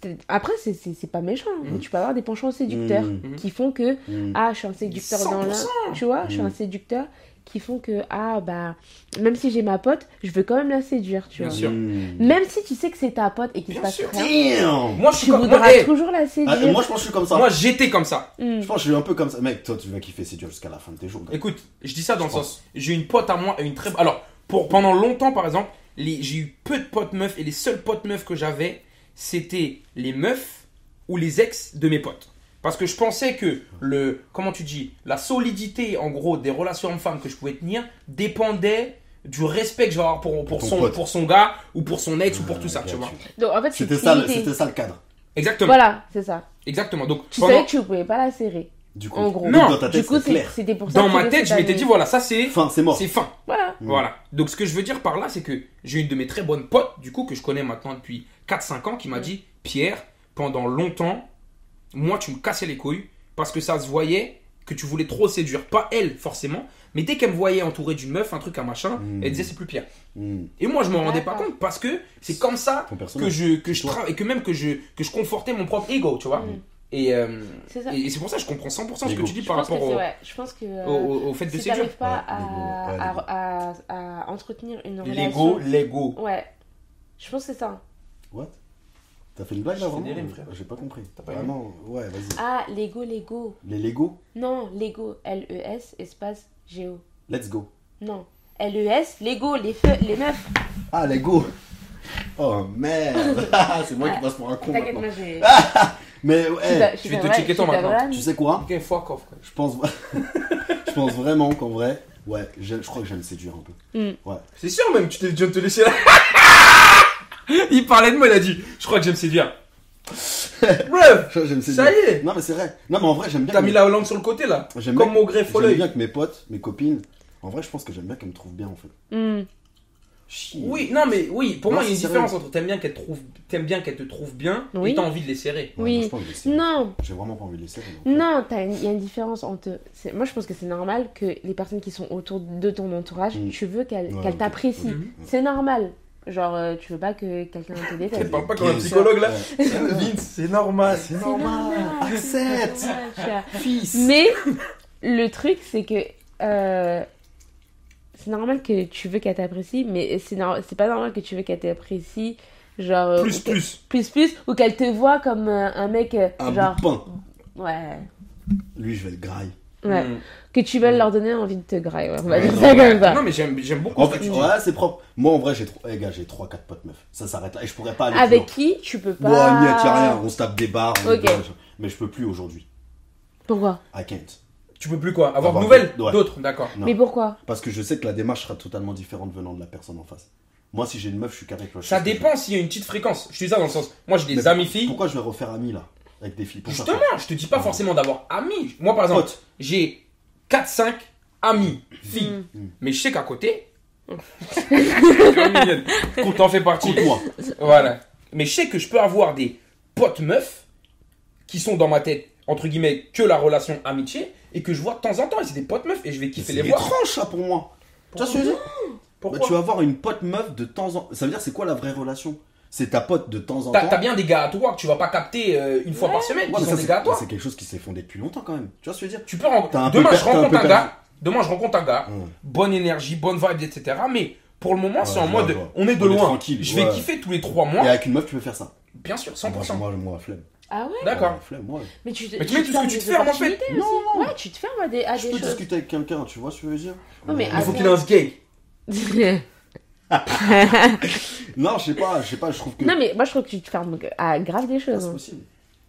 S3: t'es- Après, c'est- c'est c'est pas méchant, hein, mais tu peux avoir des penchants séducteurs
S1: Mmh,
S2: Mhm.
S3: qui font que
S1: mmh.
S3: Ah, je suis un séducteur dans l'un.
S2: 100%.
S3: Tu vois, je suis
S1: Mm.
S3: un séducteur qui font que, ah, bah, même si j'ai ma pote, je veux quand même la séduire, tu
S2: Bien
S3: vois.
S2: sûr.
S1: Mmh.
S3: Même si tu sais que c'est ta pote et qu'il se
S2: Bien
S3: passe
S2: sûr. eh,
S3: rien,
S1: Damn
S2: Moi, je suis
S3: tu
S2: comme...
S3: voudras
S2: moi, hey,
S3: toujours la séduire.
S1: Ah, et moi, je pense que je suis comme ça.
S2: moi, j'étais comme ça.
S3: Mm.
S1: je pense que je suis un peu comme ça. Mec, toi, tu vas kiffer séduire jusqu'à la fin de tes jours. gars.
S2: Écoute, je dis ça dans le
S1: Je pense.
S2: sens. J'ai une pote à moi et une très. Alors, pour pendant longtemps, par exemple, les... j'ai eu peu de potes meufs et les seules potes meufs que j'avais, c'était les meufs ou les ex de mes potes. Parce que je pensais que le. Comment tu dis La solidité, en gros, des relations hommes-femmes que je pouvais tenir dépendait du respect que je vais avoir pour, pour,
S1: Ton
S2: son,
S1: pote.
S2: pour son gars ou pour son ex ou pour tout
S1: Ah,
S2: ça,
S1: gars,
S2: tu vois.
S3: Donc, en fait, tu
S1: C'était ça, le-
S3: limitais.
S1: c'était ça le cadre.
S2: Exactement.
S3: Voilà, c'est ça.
S2: Exactement. Donc,
S3: Tu
S2: pendant-
S3: savais que tu pouvais pas la serrer.
S1: Du coup,
S3: En gros.
S2: Non,
S1: dans ta tête,
S3: du coup,
S1: c'est
S3: c'est-
S1: clair.
S3: c'était pour ça
S2: dans
S3: que
S2: ma
S3: tu
S2: tête, je
S3: l'as
S2: m'étais
S3: mis.
S2: dit, voilà, ça c'est.
S1: Enfin, c'est mort.
S2: C'est fin.
S3: Voilà.
S1: Mm.
S2: Voilà. Donc ce que je veux dire par là, c'est que j'ai une de mes très bonnes potes, du coup, que je connais maintenant depuis 4-5 ans, qui m'a
S3: Mm.
S2: dit, Pierre, pendant longtemps, moi, tu me cassais les couilles, parce que ça se voyait que tu voulais trop séduire. Pas elle, forcément, mais dès qu'elle me voyait entourée d'une meuf, un truc, un machin,
S1: Mm.
S2: elle disait, c'est plus Pierre.
S1: Mmh.
S2: Et moi, je m'en rendais pas
S3: D'accord.
S2: compte, parce que c'est comme ça
S1: Ton
S2: que
S1: personnage.
S2: je, que je
S1: Toi.
S2: travaille, et que même que je, que je confortais mon propre ego, tu vois.
S3: Mm.
S2: Et, euh,
S3: C'est ça.
S2: et, et c'est pour ça que je comprends 100% ce que
S1: L'ego.
S2: tu dis
S3: Je
S2: par
S3: pense, que
S2: rapport
S3: c'est-
S2: au,
S3: ouais, je pense que euh,
S2: au- au- au fait de
S3: si
S2: séduire.
S3: t'arrives pas
S1: Ouais,
S3: à,
S1: l'ego, ouais,
S3: à- à- à entretenir une
S2: L'ego,
S3: relation.
S2: l'ego.
S3: Ouais. Je pense que c'est ça.
S1: What T'as fait une blague là
S2: Je fais
S1: vraiment
S2: des rimes, frère.
S1: J'ai pas compris.
S2: T'as pas aimé
S1: vraiment Ouais, vas-y.
S3: Ah, l'ego, l'ego.
S1: Les Lego,
S3: Non, l'ego. L-E-S, espace, G-O.
S1: let's go.
S3: Non. L-E-S, l'ego, les feux, les meufs.
S1: Ah, Lego Oh merde C'est moi qui passe pour un con
S3: T'inquiète,
S1: maintenant.
S3: moi, j'ai.
S1: Ah, Mais
S3: Je
S1: ouais,
S3: suis-
S2: Ah. je
S3: suis
S2: vais te
S3: Doran,
S2: checker
S3: je
S2: toi
S3: suis
S2: maintenant.
S3: Doran.
S1: tu sais quoi
S2: Ok, fuck off. quoi.
S1: Je pense je pense vraiment qu'en vrai, ouais, je, je crois que j'aime séduire un peu.
S3: Mm.
S1: Ouais.
S2: C'est sûr même, tu t'es déjà te laisser là. il parlait de moi, il a dit, je crois que j'aime séduire. Bref,
S1: Je crois que j'aime séduire.
S2: Ça y est.
S1: Non mais c'est vrai. Non mais en vrai, j'aime bien
S2: t'as
S1: que
S2: mis
S1: mes-
S2: la Hollande sur le côté là.
S1: J'aime
S2: Comme
S1: bien-
S2: au gré
S1: j'aime bien
S2: folle.
S1: que mes potes, mes copines, en vrai, je pense que j'aime bien qu'elles me trouvent bien en fait.
S3: Mm.
S1: Chier.
S2: Oui, non mais oui, pour
S1: Non,
S2: moi il y a une
S1: c'est
S2: différence entre t'aimes bien qu'elle te trouve, t'aimes bien qu'elle te trouve bien
S3: Oui.
S2: et t'as envie de les serrer.
S1: Ouais,
S3: Oui.
S1: moi, je pense que je vais serrer.
S3: Non,
S1: J'ai vraiment pas envie de les serrer. en fait.
S3: non, t'as une- il y a une différence entre. c'est- Moi, je pense que c'est normal que les personnes qui sont autour de ton entourage,
S1: Mm.
S3: tu veux qu'elles
S1: Ouais,
S3: qu'elles
S1: ok.
S3: t'apprécient.
S2: Mhm.
S3: C'est normal. Genre, euh, tu veux pas que quelqu'un te déteste.
S2: Elle parle pas
S1: Yes.
S2: comme un psychologue là.
S1: Ouais.
S2: Vince, c'est normal.
S1: C'est
S3: normal.
S1: Accepte
S3: Ouais, tu vois.
S1: Fils
S3: Mais le truc, c'est que euh, c'est normal que tu veux qu'elle t'apprécie, mais c'est nor- c'est pas normal que tu veux qu'elle t'apprécie, genre euh,
S2: Plus
S3: ou que-
S2: plus.
S3: plus plus, ou qu'elle te voit comme euh, un mec euh,
S1: Un
S3: genre
S1: bout de Ah pain.
S3: ouais
S1: Lui, je vais le graille.
S3: ouais
S2: Mm.
S3: que tu vas leur donner envie de te grailler, ouais, on va
S1: Ouais,
S3: dire
S1: non,
S3: ça comme ça.
S2: Non mais j'aime j'aime beaucoup.
S1: En
S2: ce que
S1: fait,
S2: tu dis.
S1: ouais, c'est propre. Moi, en vrai, j'ai trois, eh, gars, j'ai trois, quatre potes meufs. Ça s'arrête là. Et je pourrais pas aller
S3: Avec
S1: plus
S3: qui tu peux pas
S1: loin. Ouais, n'y a t'y a rien. On se tape des barres. on
S3: Ok.
S1: est bien, Mais je peux plus aujourd'hui.
S3: Pourquoi
S1: I can't.
S2: Tu peux plus quoi Avoir de
S1: Avoir
S2: nouvelles
S1: ouais.
S2: D'autres, d'accord.
S1: Non.
S3: Mais pourquoi
S1: Parce que je sais que la démarche sera totalement différente venant de la personne en face. Moi, si j'ai une meuf, je suis carré. tu vois, je
S2: Ça
S1: sais ce que je
S2: dépend s'il y a une petite fréquence. Je te dis ça dans le sens, moi j'ai
S1: veux.
S2: des
S1: Mais
S2: amis filles.
S1: Pourquoi je vais refaire ami là Avec des filles pour faire
S2: Justement, je te dis pas forcément d'avoir amis. Moi, par
S1: quoi
S2: exemple,
S1: Potes.
S2: j'ai 4-5 amis, filles.
S1: Mm.
S2: Mais je sais qu'à côté. Comme mignonne. Compte, t'en fais partie.
S1: Compte-moi.
S2: Voilà. Mais je sais que je peux avoir des potes meufs qui sont dans ma tête, entre guillemets, que la relation amitié et que je vois de temps en temps. Et c'est des potes meufs et je vais
S1: Mais
S2: kiffer
S1: C'est
S2: les voir.
S1: étrange ça pour moi. Tu vois ce que je veux dire Bah,
S2: Pourquoi
S1: tu vas avoir une pote meuf de temps en temps. Ça veut dire, c'est quoi la vraie relation C'est ta pote de temps en
S2: T'as
S1: temps.
S2: t'as bien des gars à toi que tu vas pas capter euh, une fois par semaine.
S1: Ouais,
S2: qui
S1: mais ça,
S2: sont des
S1: c'est- bah,
S2: gars à toi.
S1: C'est quelque chose qui s'est fondé depuis longtemps quand même. Tu vois ce que je veux dire
S2: Tu peux ren-
S1: T'as un peu
S2: Demain,
S1: per-
S2: je
S1: t'as un
S2: rencontre
S1: peu
S2: un,
S1: perdu.
S2: gars. Demain, je rencontre un gars.
S1: Hum.
S2: bonne énergie, bonne vibe, etc. Mais pour le moment,
S1: Ouais,
S2: c'est en
S1: je
S2: mode,
S1: vois, je vois.
S2: on est de
S1: On est
S2: loin.
S1: tranquille,
S2: je vais
S1: ouais.
S2: kiffer tous les trois
S1: Et
S2: mois,
S1: avec une meuf, tu peux faire ça.
S2: bien sûr,
S1: Moi,
S2: 100%.
S1: Moi, moi, flemme.
S3: Ah ouais
S2: D'accord.
S1: Ouais, flemme, ouais.
S3: Mais tu te
S2: Mais tu mets tout ce que
S3: fermes
S2: tu te
S3: des
S2: fermes, en fait.
S3: opportunités aussi. Ouais, tu te fermes à des à
S1: Je
S3: Ah, des
S1: peux
S3: choses.
S1: discuter avec quelqu'un, tu vois ce que je veux dire
S3: Non, mais
S1: Euh,
S2: Il faut
S3: Ah,
S2: qu'il ait un sgay.
S1: Non, je sais pas, je sais pas, je trouve que
S3: Non mais moi je trouve que tu te fermes euh, à grave des
S1: Ah,
S3: choses.
S1: c'est
S3: hein.
S1: possible.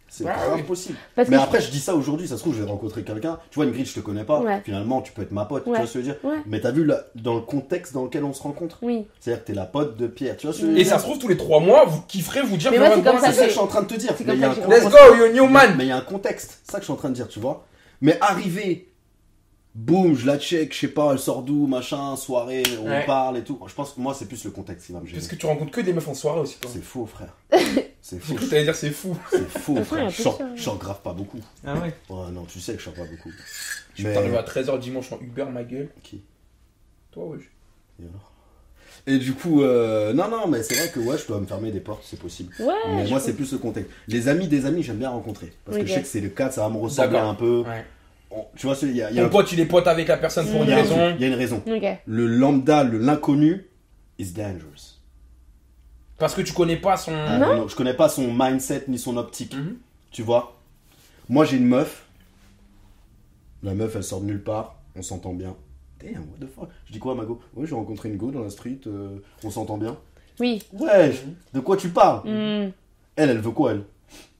S1: C'est
S2: Ouais,
S1: grave
S2: ouais.
S1: possible.
S3: Parce
S1: mais
S3: que-
S1: après, je dis ça aujourd'hui, ça se trouve, je vais rencontrer quelqu'un. Tu vois, une grille, je te connais pas.
S3: Ouais.
S1: Finalement, tu peux être ma pote,
S3: Ouais.
S1: tu vois ce que je veux dire
S3: Ouais.
S1: Mais t'as vu là, dans le contexte dans lequel on se rencontre
S3: Oui.
S1: C'est-à-dire que t'es la pote de Pierre, tu vois ce que je veux
S2: Et
S1: dire
S2: ça se trouve, tous les trois mois, vous kifferez vous dire
S3: Mais
S2: que
S3: moi,
S2: vous
S3: c'est
S2: avez
S3: comme
S1: C'est ça
S2: commencé.
S1: que je
S3: c'est-
S1: suis en train de te dire.
S3: c'est
S1: Mais
S3: comme
S1: il y a
S3: ça
S1: un
S3: que je-
S2: Let's
S1: contexte.
S2: go, you're a new
S1: Mais
S2: man.
S1: mais il y a un contexte, c'est ça que je suis en train de dire, tu vois. Mais arriver, boum, je la check, je sais pas, elle sort d'où, machin, soirée, on
S2: Ouais.
S1: parle et tout. Je pense que moi, c'est plus le contexte qui va me gêner.
S2: Parce que tu rencontres que des meufs en soirée aussi. toi.
S1: C'est faux, frère. C'est
S2: J'ai
S1: faux,
S2: cru que t'allais dire c'est fou.
S1: c'est faux,
S3: Enfin, il y
S1: frère.
S3: a
S1: Je
S3: plus
S1: chante-
S3: ça, ouais.
S1: je chante grave pas beaucoup.
S2: Ah ouais.
S1: Ouais, non, tu sais que je chante pas beaucoup.
S2: Je t'arrive à 13h dimanche en Uber, ma gueule.
S1: Qui
S2: Toi, wesh.
S1: Et alors Et du coup, euh, non, non, mais c'est vrai que ouais, je dois me fermer des portes, c'est possible.
S3: Ouais.
S1: mais
S3: je
S1: moi,
S3: trouve-
S1: c'est plus le contexte. Les amis des amis, j'aime bien rencontrer. Parce que
S3: Ok.
S1: je sais que c'est le cadre, ça va me ressembler
S2: D'accord.
S1: un peu.
S2: Ouais.
S1: on- tu vois, c'est- il y a, il y a
S2: Ton
S1: un-
S2: pote, il est pote avec la personne pour
S1: il
S2: une
S1: y a un truc,
S2: raison.
S1: il y a une raison.
S3: Ok.
S1: Le lambda, le l'inconnu, is dangerous.
S2: Parce que tu connais pas son.
S1: Ah,
S3: Non.
S1: Je connais pas son mindset ni son optique.
S2: Mhm.
S1: Tu vois Moi, j'ai une meuf. La meuf, elle sort de nulle part. On s'entend bien. Damn, what the fuck Je dis quoi à Mago Ouais, j'ai rencontré une go dans la street. euh, on s'entend bien.
S3: Oui.
S1: Ouais,
S2: Mhm.
S1: je- de quoi tu parles
S3: Hmm.
S1: Elle, elle veut quoi, elle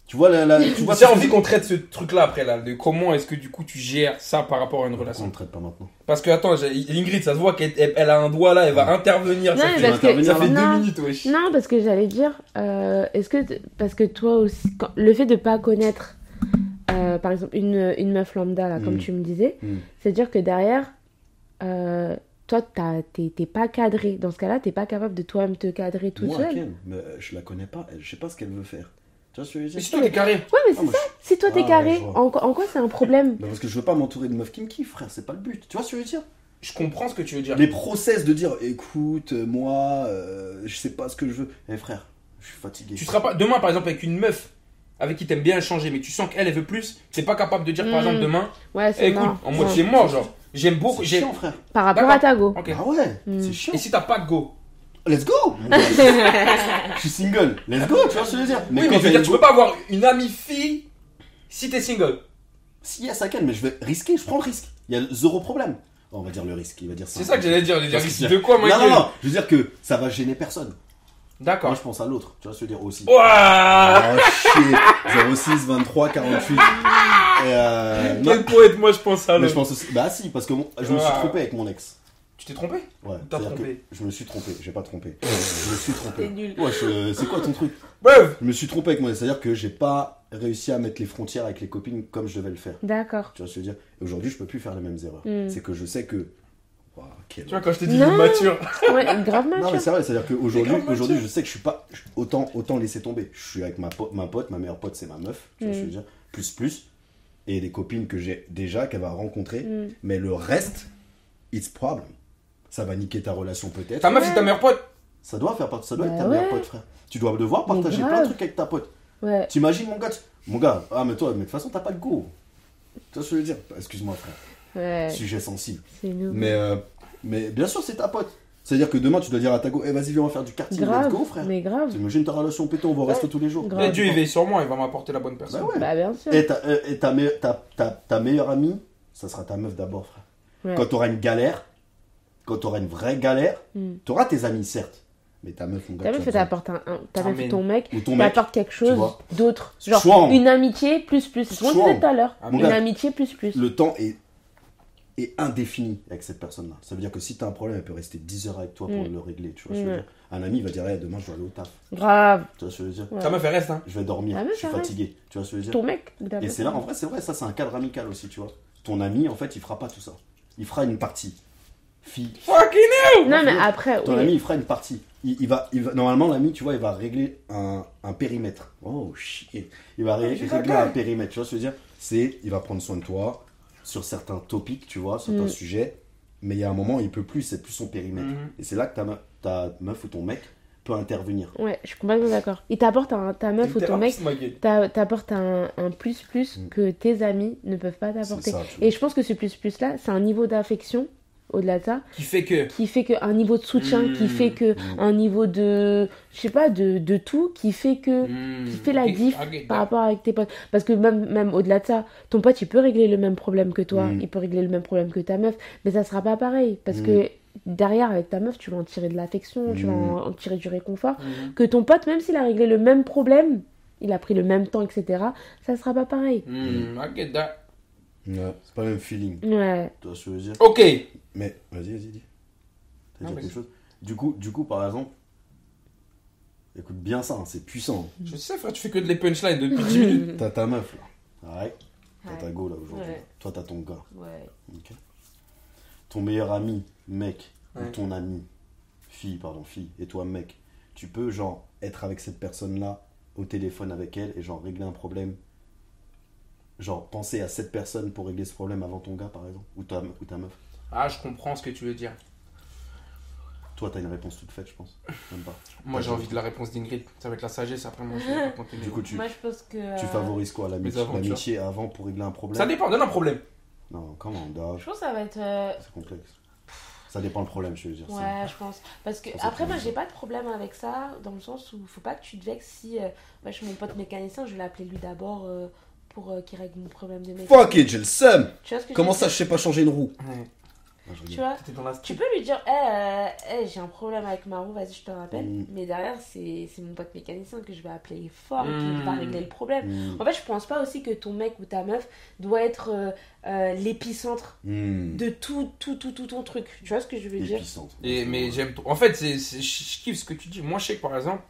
S1: Tu vois, la, la- tu vois
S2: J'ai envie qu'on traite ce truc-là après, là. De comment est-ce que du coup tu gères ça par rapport à une
S1: On
S2: relation
S1: ne traite pas maintenant.
S2: Parce que attends, j'ai- Ingrid, ça se voit qu'elle elle- elle a un doigt là, elle
S1: Mm.
S2: va intervenir.
S3: Non,
S2: ça
S3: mais
S2: fait-
S1: va
S3: parce que.
S1: intervenir,
S2: ça fait deux
S3: non.
S2: minutes, wesh.
S3: Non, parce que j'allais dire, euh, est-ce que t- parce que toi aussi, quand- le fait de pas connaître, euh, par exemple, une, une meuf lambda, là, comme
S1: Mm.
S3: tu me disais,
S1: Mm.
S3: c'est-à-dire que derrière, euh, toi, t'as- t'es t'es pas cadré. Dans ce cas-là, t'es pas capable de toi-même te cadrer tout
S1: Moi,
S3: seul.
S1: Ken, mais euh, je la connais pas. elle- Je sais pas ce qu'elle veut faire. Tu vois ce que je veux
S2: Mais
S1: dire
S2: si toi t'es carré.
S3: Ouais, mais
S1: Ah,
S3: c'est
S1: moi,
S3: ça. Si toi,
S1: Ah,
S3: t'es
S1: ouais,
S3: carré,
S1: je vois.
S3: en, en quoi c'est un problème
S1: Bah, parce que je veux pas m'entourer de meufs qui me kiffent, frère, c'est pas le but. Tu vois ce que je veux dire
S2: Je comprends ce que tu veux dire.
S1: Les process de dire, écoute, euh, moi, euh, je sais pas ce que je veux. Eh frère, je suis fatigué.
S2: Tu seras pas demain par exemple avec une meuf avec qui t'aimes bien échanger, mais tu sens qu'elle elle veut plus. T'es pas capable de dire par
S3: Mm.
S2: exemple demain.
S3: Ouais,
S2: Eh,
S3: c'est
S2: écoute,
S3: mort. Mm.
S2: en mode
S3: Ouais.
S2: c'est mort, genre. J'aime beaucoup.
S1: C'est
S2: j'ai-
S1: chiant, frère.
S3: Par rapport à ta go.
S2: Ok.
S1: Ah ouais,
S3: Hmm.
S1: c'est chiant.
S2: Et si t'as pas de go
S1: Let's go mon gars. Je suis single. Let's go, tu vois ce que je veux dire
S2: Oui, mais je
S1: t'as
S2: veux dire,
S1: une
S2: tu
S1: go-
S2: peux pas avoir une amie fille si t'es single.
S1: Si, yes, I can, mais je vais risquer, je prends le risque. Il y a zéro problème. Oh, on va dire le risque, il va dire ça.
S2: C'est ça que j'allais dire. j'allais dire,
S1: Parce que-
S2: De quoi, moi
S1: Non, non, non, je veux dire que ça va gêner personne. Moi,
S2: D'accord.
S1: je pense à l'autre, tu vois ce que je veux dire aussi.
S2: Ouah
S1: Oh shit 06 23 48 Et, euh, non.
S2: Quel poète, moi je pense à
S1: Mais je
S2: l'autre.
S1: pense aussi. Bah si, parce que mon- je me suis
S2: Ah.
S1: trompé avec mon ex.
S2: Tu t'es trompé
S1: Ouais.
S2: T'as
S1: c'est-à-dire
S2: trompé.
S1: que Je me suis trompé. J'ai pas trompé. je me suis trompé.
S3: T'es nul.
S1: Ouais, je- c'est quoi ton truc
S2: Bref
S1: Je me suis trompé avec mon ex. C'est-à-dire que j'ai pas réussi à mettre les frontières avec les copines comme je devais le faire.
S3: D'accord.
S1: Tu vois ce que je veux dire Et aujourd'hui, je peux plus faire les mêmes erreurs.
S3: Mm.
S1: C'est que je sais que. Waouh, quel-
S2: Tu vois, quand je t'ai dit
S3: Non.
S2: mature.
S3: Ouais, grave
S1: Non mais
S3: mature.
S1: c'est vrai, c'est-à-dire qu'aujourd'hui,
S2: grave
S1: aujourd'hui,
S2: mature.
S1: je sais que je suis pas je- autant autant laisser tomber. Je suis avec ma pote, ma pote, ma meilleure pote, c'est ma meuf, tu vois ce que je veux dire, plus plus, et les copines que j'ai déjà qu'elle va rencontrer,
S3: Mm.
S1: mais le reste, it's problem. Ça va niquer ta relation peut-être.
S2: Ta meuf, c'est ta meilleure pote.
S1: Ça doit faire partie, ça doit
S3: Bah
S1: être ta
S3: ouais.
S1: meilleure pote, frère. Tu dois devoir
S3: Mais
S1: partager
S3: grave.
S1: plein de trucs avec ta pote.
S3: Ouais.
S1: T'imagines mon gars, tu- mon gars, ah mais toi, mais de toute façon t'as pas de go. Tu vois ce que je veux dire Bah, Excuse-moi frère,
S3: Ouais. Mm.
S1: sujet sensible.
S3: C'est nous.
S1: Mais euh, mais bien sûr c'est ta pote. C'est-à-dire que demain tu dois dire à ta go, eh vas-y viens on va faire du quartier, let's
S3: Grave.
S1: go frère.
S3: Mais grave.
S1: T'imagines ta relation pété, on va au resto tous les jours.
S3: Grave.
S2: Mais Dieu, il veille sur moi, il va m'apporter la bonne
S1: Bah
S2: personne.
S1: ouais.
S3: Bah, bien sûr.
S1: Et, ta, euh, et ta, me- ta- ta- ta meilleure amie, ça sera ta meuf d'abord, frère.
S3: Ouais.
S1: Quand t'auras une galère, quand t'auras une vraie galère,
S3: Mm.
S1: t'auras tes amis, certes. Mais ta meuf, mon gars,
S3: Ta
S1: tu
S3: meuf,
S1: vas
S3: elle
S1: dire-
S3: t'apporte un, un- ta meuf
S2: Amen.
S3: et ton mec,
S1: Ou ton mec.
S3: t'apporte quelque chose
S1: vois.
S3: d'autre. Genre
S1: Chouan.
S3: une amitié plus plus. C'est ce qu'on
S1: Chouan.
S3: disait tout à l'heure.
S1: Ah, mon
S3: Une
S1: gars.
S3: amitié plus plus.
S1: Le temps est, est indéfini avec cette personne-là. Ça veut dire que si t'as un problème, elle peut rester 10 heures avec toi pour
S3: Mm.
S1: le régler. Tu vois ce que je
S3: Mm.
S1: veux dire Un ami va dire, Eh, demain, je dois aller au taf.
S3: Grave.
S1: Tu vois ce que je veux dire
S3: Ouais.
S2: Ta meuf, elle reste, hein.
S1: Je vais dormir,
S3: Ah ouais,
S1: je suis
S3: ça reste.
S1: fatigué. Tu vois ce que je veux dire
S3: Ton mec. ou ta
S1: Et
S3: meuf.
S1: c'est là, en vrai, c'est vrai, ça c'est un cadre amical aussi, tu vois. Ton ami, en fait, il fera pas tout ça. Il fera une partie. Fille.
S2: Fucking
S3: Non mais après.
S1: Ton
S3: oui.
S1: ami, il fera une partie. Il, il va, il va- normalement, l'ami, tu vois, il va régler un, un périmètre. Oh shit. Il va ré-
S2: j'ai
S1: régler
S2: pas
S1: un
S2: clair.
S1: périmètre, tu vois ce que je veux dire C'est, il va prendre soin de toi sur certains topics, tu vois, certains
S3: Mm.
S1: sujets. Mais il y a un moment, il peut plus, c'est plus son périmètre.
S2: Mhm.
S1: Et c'est là que ta, me- ta meuf ou ton mec peut intervenir.
S3: Ouais, je suis complètement d'accord. Il t'apporte un, ta meuf ou ton mec,
S2: ma gueule.
S3: t'a- t'apporte un, un plus plus
S1: Mm.
S3: que tes amis ne peuvent pas
S1: C'est
S3: t'apporter.
S1: ça, tu vois.
S3: Et je pense que ce plus plus là, c'est un niveau d'affection au-delà de ça,
S2: Qui fait que.
S3: qui fait que un niveau de soutien, qui
S2: Mm.
S3: fait que
S1: Mm.
S3: un niveau de, je sais pas, de, de tout, qui fait que
S2: Qui
S3: fait la diff par rapport avec tes potes. Parce que même, même au-delà de ça, ton pote, il peut régler le même problème que toi,
S1: Mm.
S3: il peut régler le même problème que ta meuf, mais ça sera pas pareil. Parce
S1: Mm.
S3: que derrière, avec ta meuf, tu vas en tirer de l'affection, tu vas
S1: Mm.
S3: en, en tirer du réconfort.
S2: Hmm,
S3: Que ton pote, même s'il a réglé le même problème, il a pris le même temps, etc., ça sera pas pareil.
S2: hmm, I get that.
S1: Ouais, c'est pas le même feeling,
S3: Ouais.
S1: tu vois ce que je veux dire
S2: Ok.
S1: Mais vas-y, vas-y, dis. T'as
S2: Non,
S1: dit
S2: vas-y.
S1: quelque chose du coup, du coup, par exemple, écoute bien ça, hein, c'est puissant. hein.
S2: Je sais, frère, tu fais que de les punchlines depuis 10 minutes.
S1: T'as ta meuf là, ouais. T'as
S3: Ouais.
S1: ta go là aujourd'hui.
S3: Ouais.
S1: Toi, t'as ton gars.
S3: Ouais.
S1: ok Ton meilleur ami, mec, ou
S2: Ouais.
S1: ton ami, fille, pardon, fille, et toi, mec, tu peux genre être avec cette personne là au téléphone avec elle et genre régler un problème. Genre penser à cette personne pour régler ce problème avant ton gars, par exemple, ou ta, ou ta meuf.
S2: Ah, je comprends ce que tu veux dire.
S1: Toi, t'as une réponse toute faite, je pense. Même pas.
S2: Moi, j'ai envie de la réponse d'Ingrid. Ça va être la sagesse, après, moi, je vais pas continuer.
S1: Du coup, tu,
S3: je pense que. euh,
S1: Tu favorises quoi
S2: Les
S1: l'amitié,
S2: aventures.
S1: l'amitié avant pour régler un problème
S2: Ça dépend, donne un problème.
S1: Non, comment doit
S3: Je pense que ça va être. euh,
S1: C'est complexe. Ça dépend le problème, je veux dire.
S3: Ouais, je pense. Parce que
S1: pense que
S3: après,
S1: c'est
S3: moi,
S1: bien.
S3: j'ai pas de problème avec ça, dans le sens où faut pas que tu te vexes si. euh, moi, je suis mon pote mécanicien, je vais l'appeler lui d'abord euh, pour euh, qu'il règle mon problème de
S1: C'est-
S3: mécanique.
S1: Fuck it, j'ai le seum
S3: Tu vois ce que je
S1: Comment
S3: veux
S1: ça, je sais pas changer une roue
S2: Ouais.
S1: Ah, je
S3: dire Tu
S1: rigole.
S3: vois
S2: T'es dans la
S3: tu
S2: street.
S3: peux lui dire, Eh, euh, eh, j'ai un problème avec ma roue, vas-y, je te rappelle.
S1: Mm.
S3: Mais derrière, c'est c'est mon pote mécanicien que je vais appeler fort,
S2: Mm.
S3: qui va régler le problème.
S1: Mm.
S3: En fait, je pense pas aussi que ton mec ou ta meuf doit être euh, euh, l'épicentre
S1: Mm.
S3: de tout, tout, tout, tout ton truc. Tu vois ce que je veux dire
S1: Épicente.
S2: Et, mais j'aime tout. En fait, c'est, c'est- je kiffe ce que tu dis. Moi, je sais que par exemple,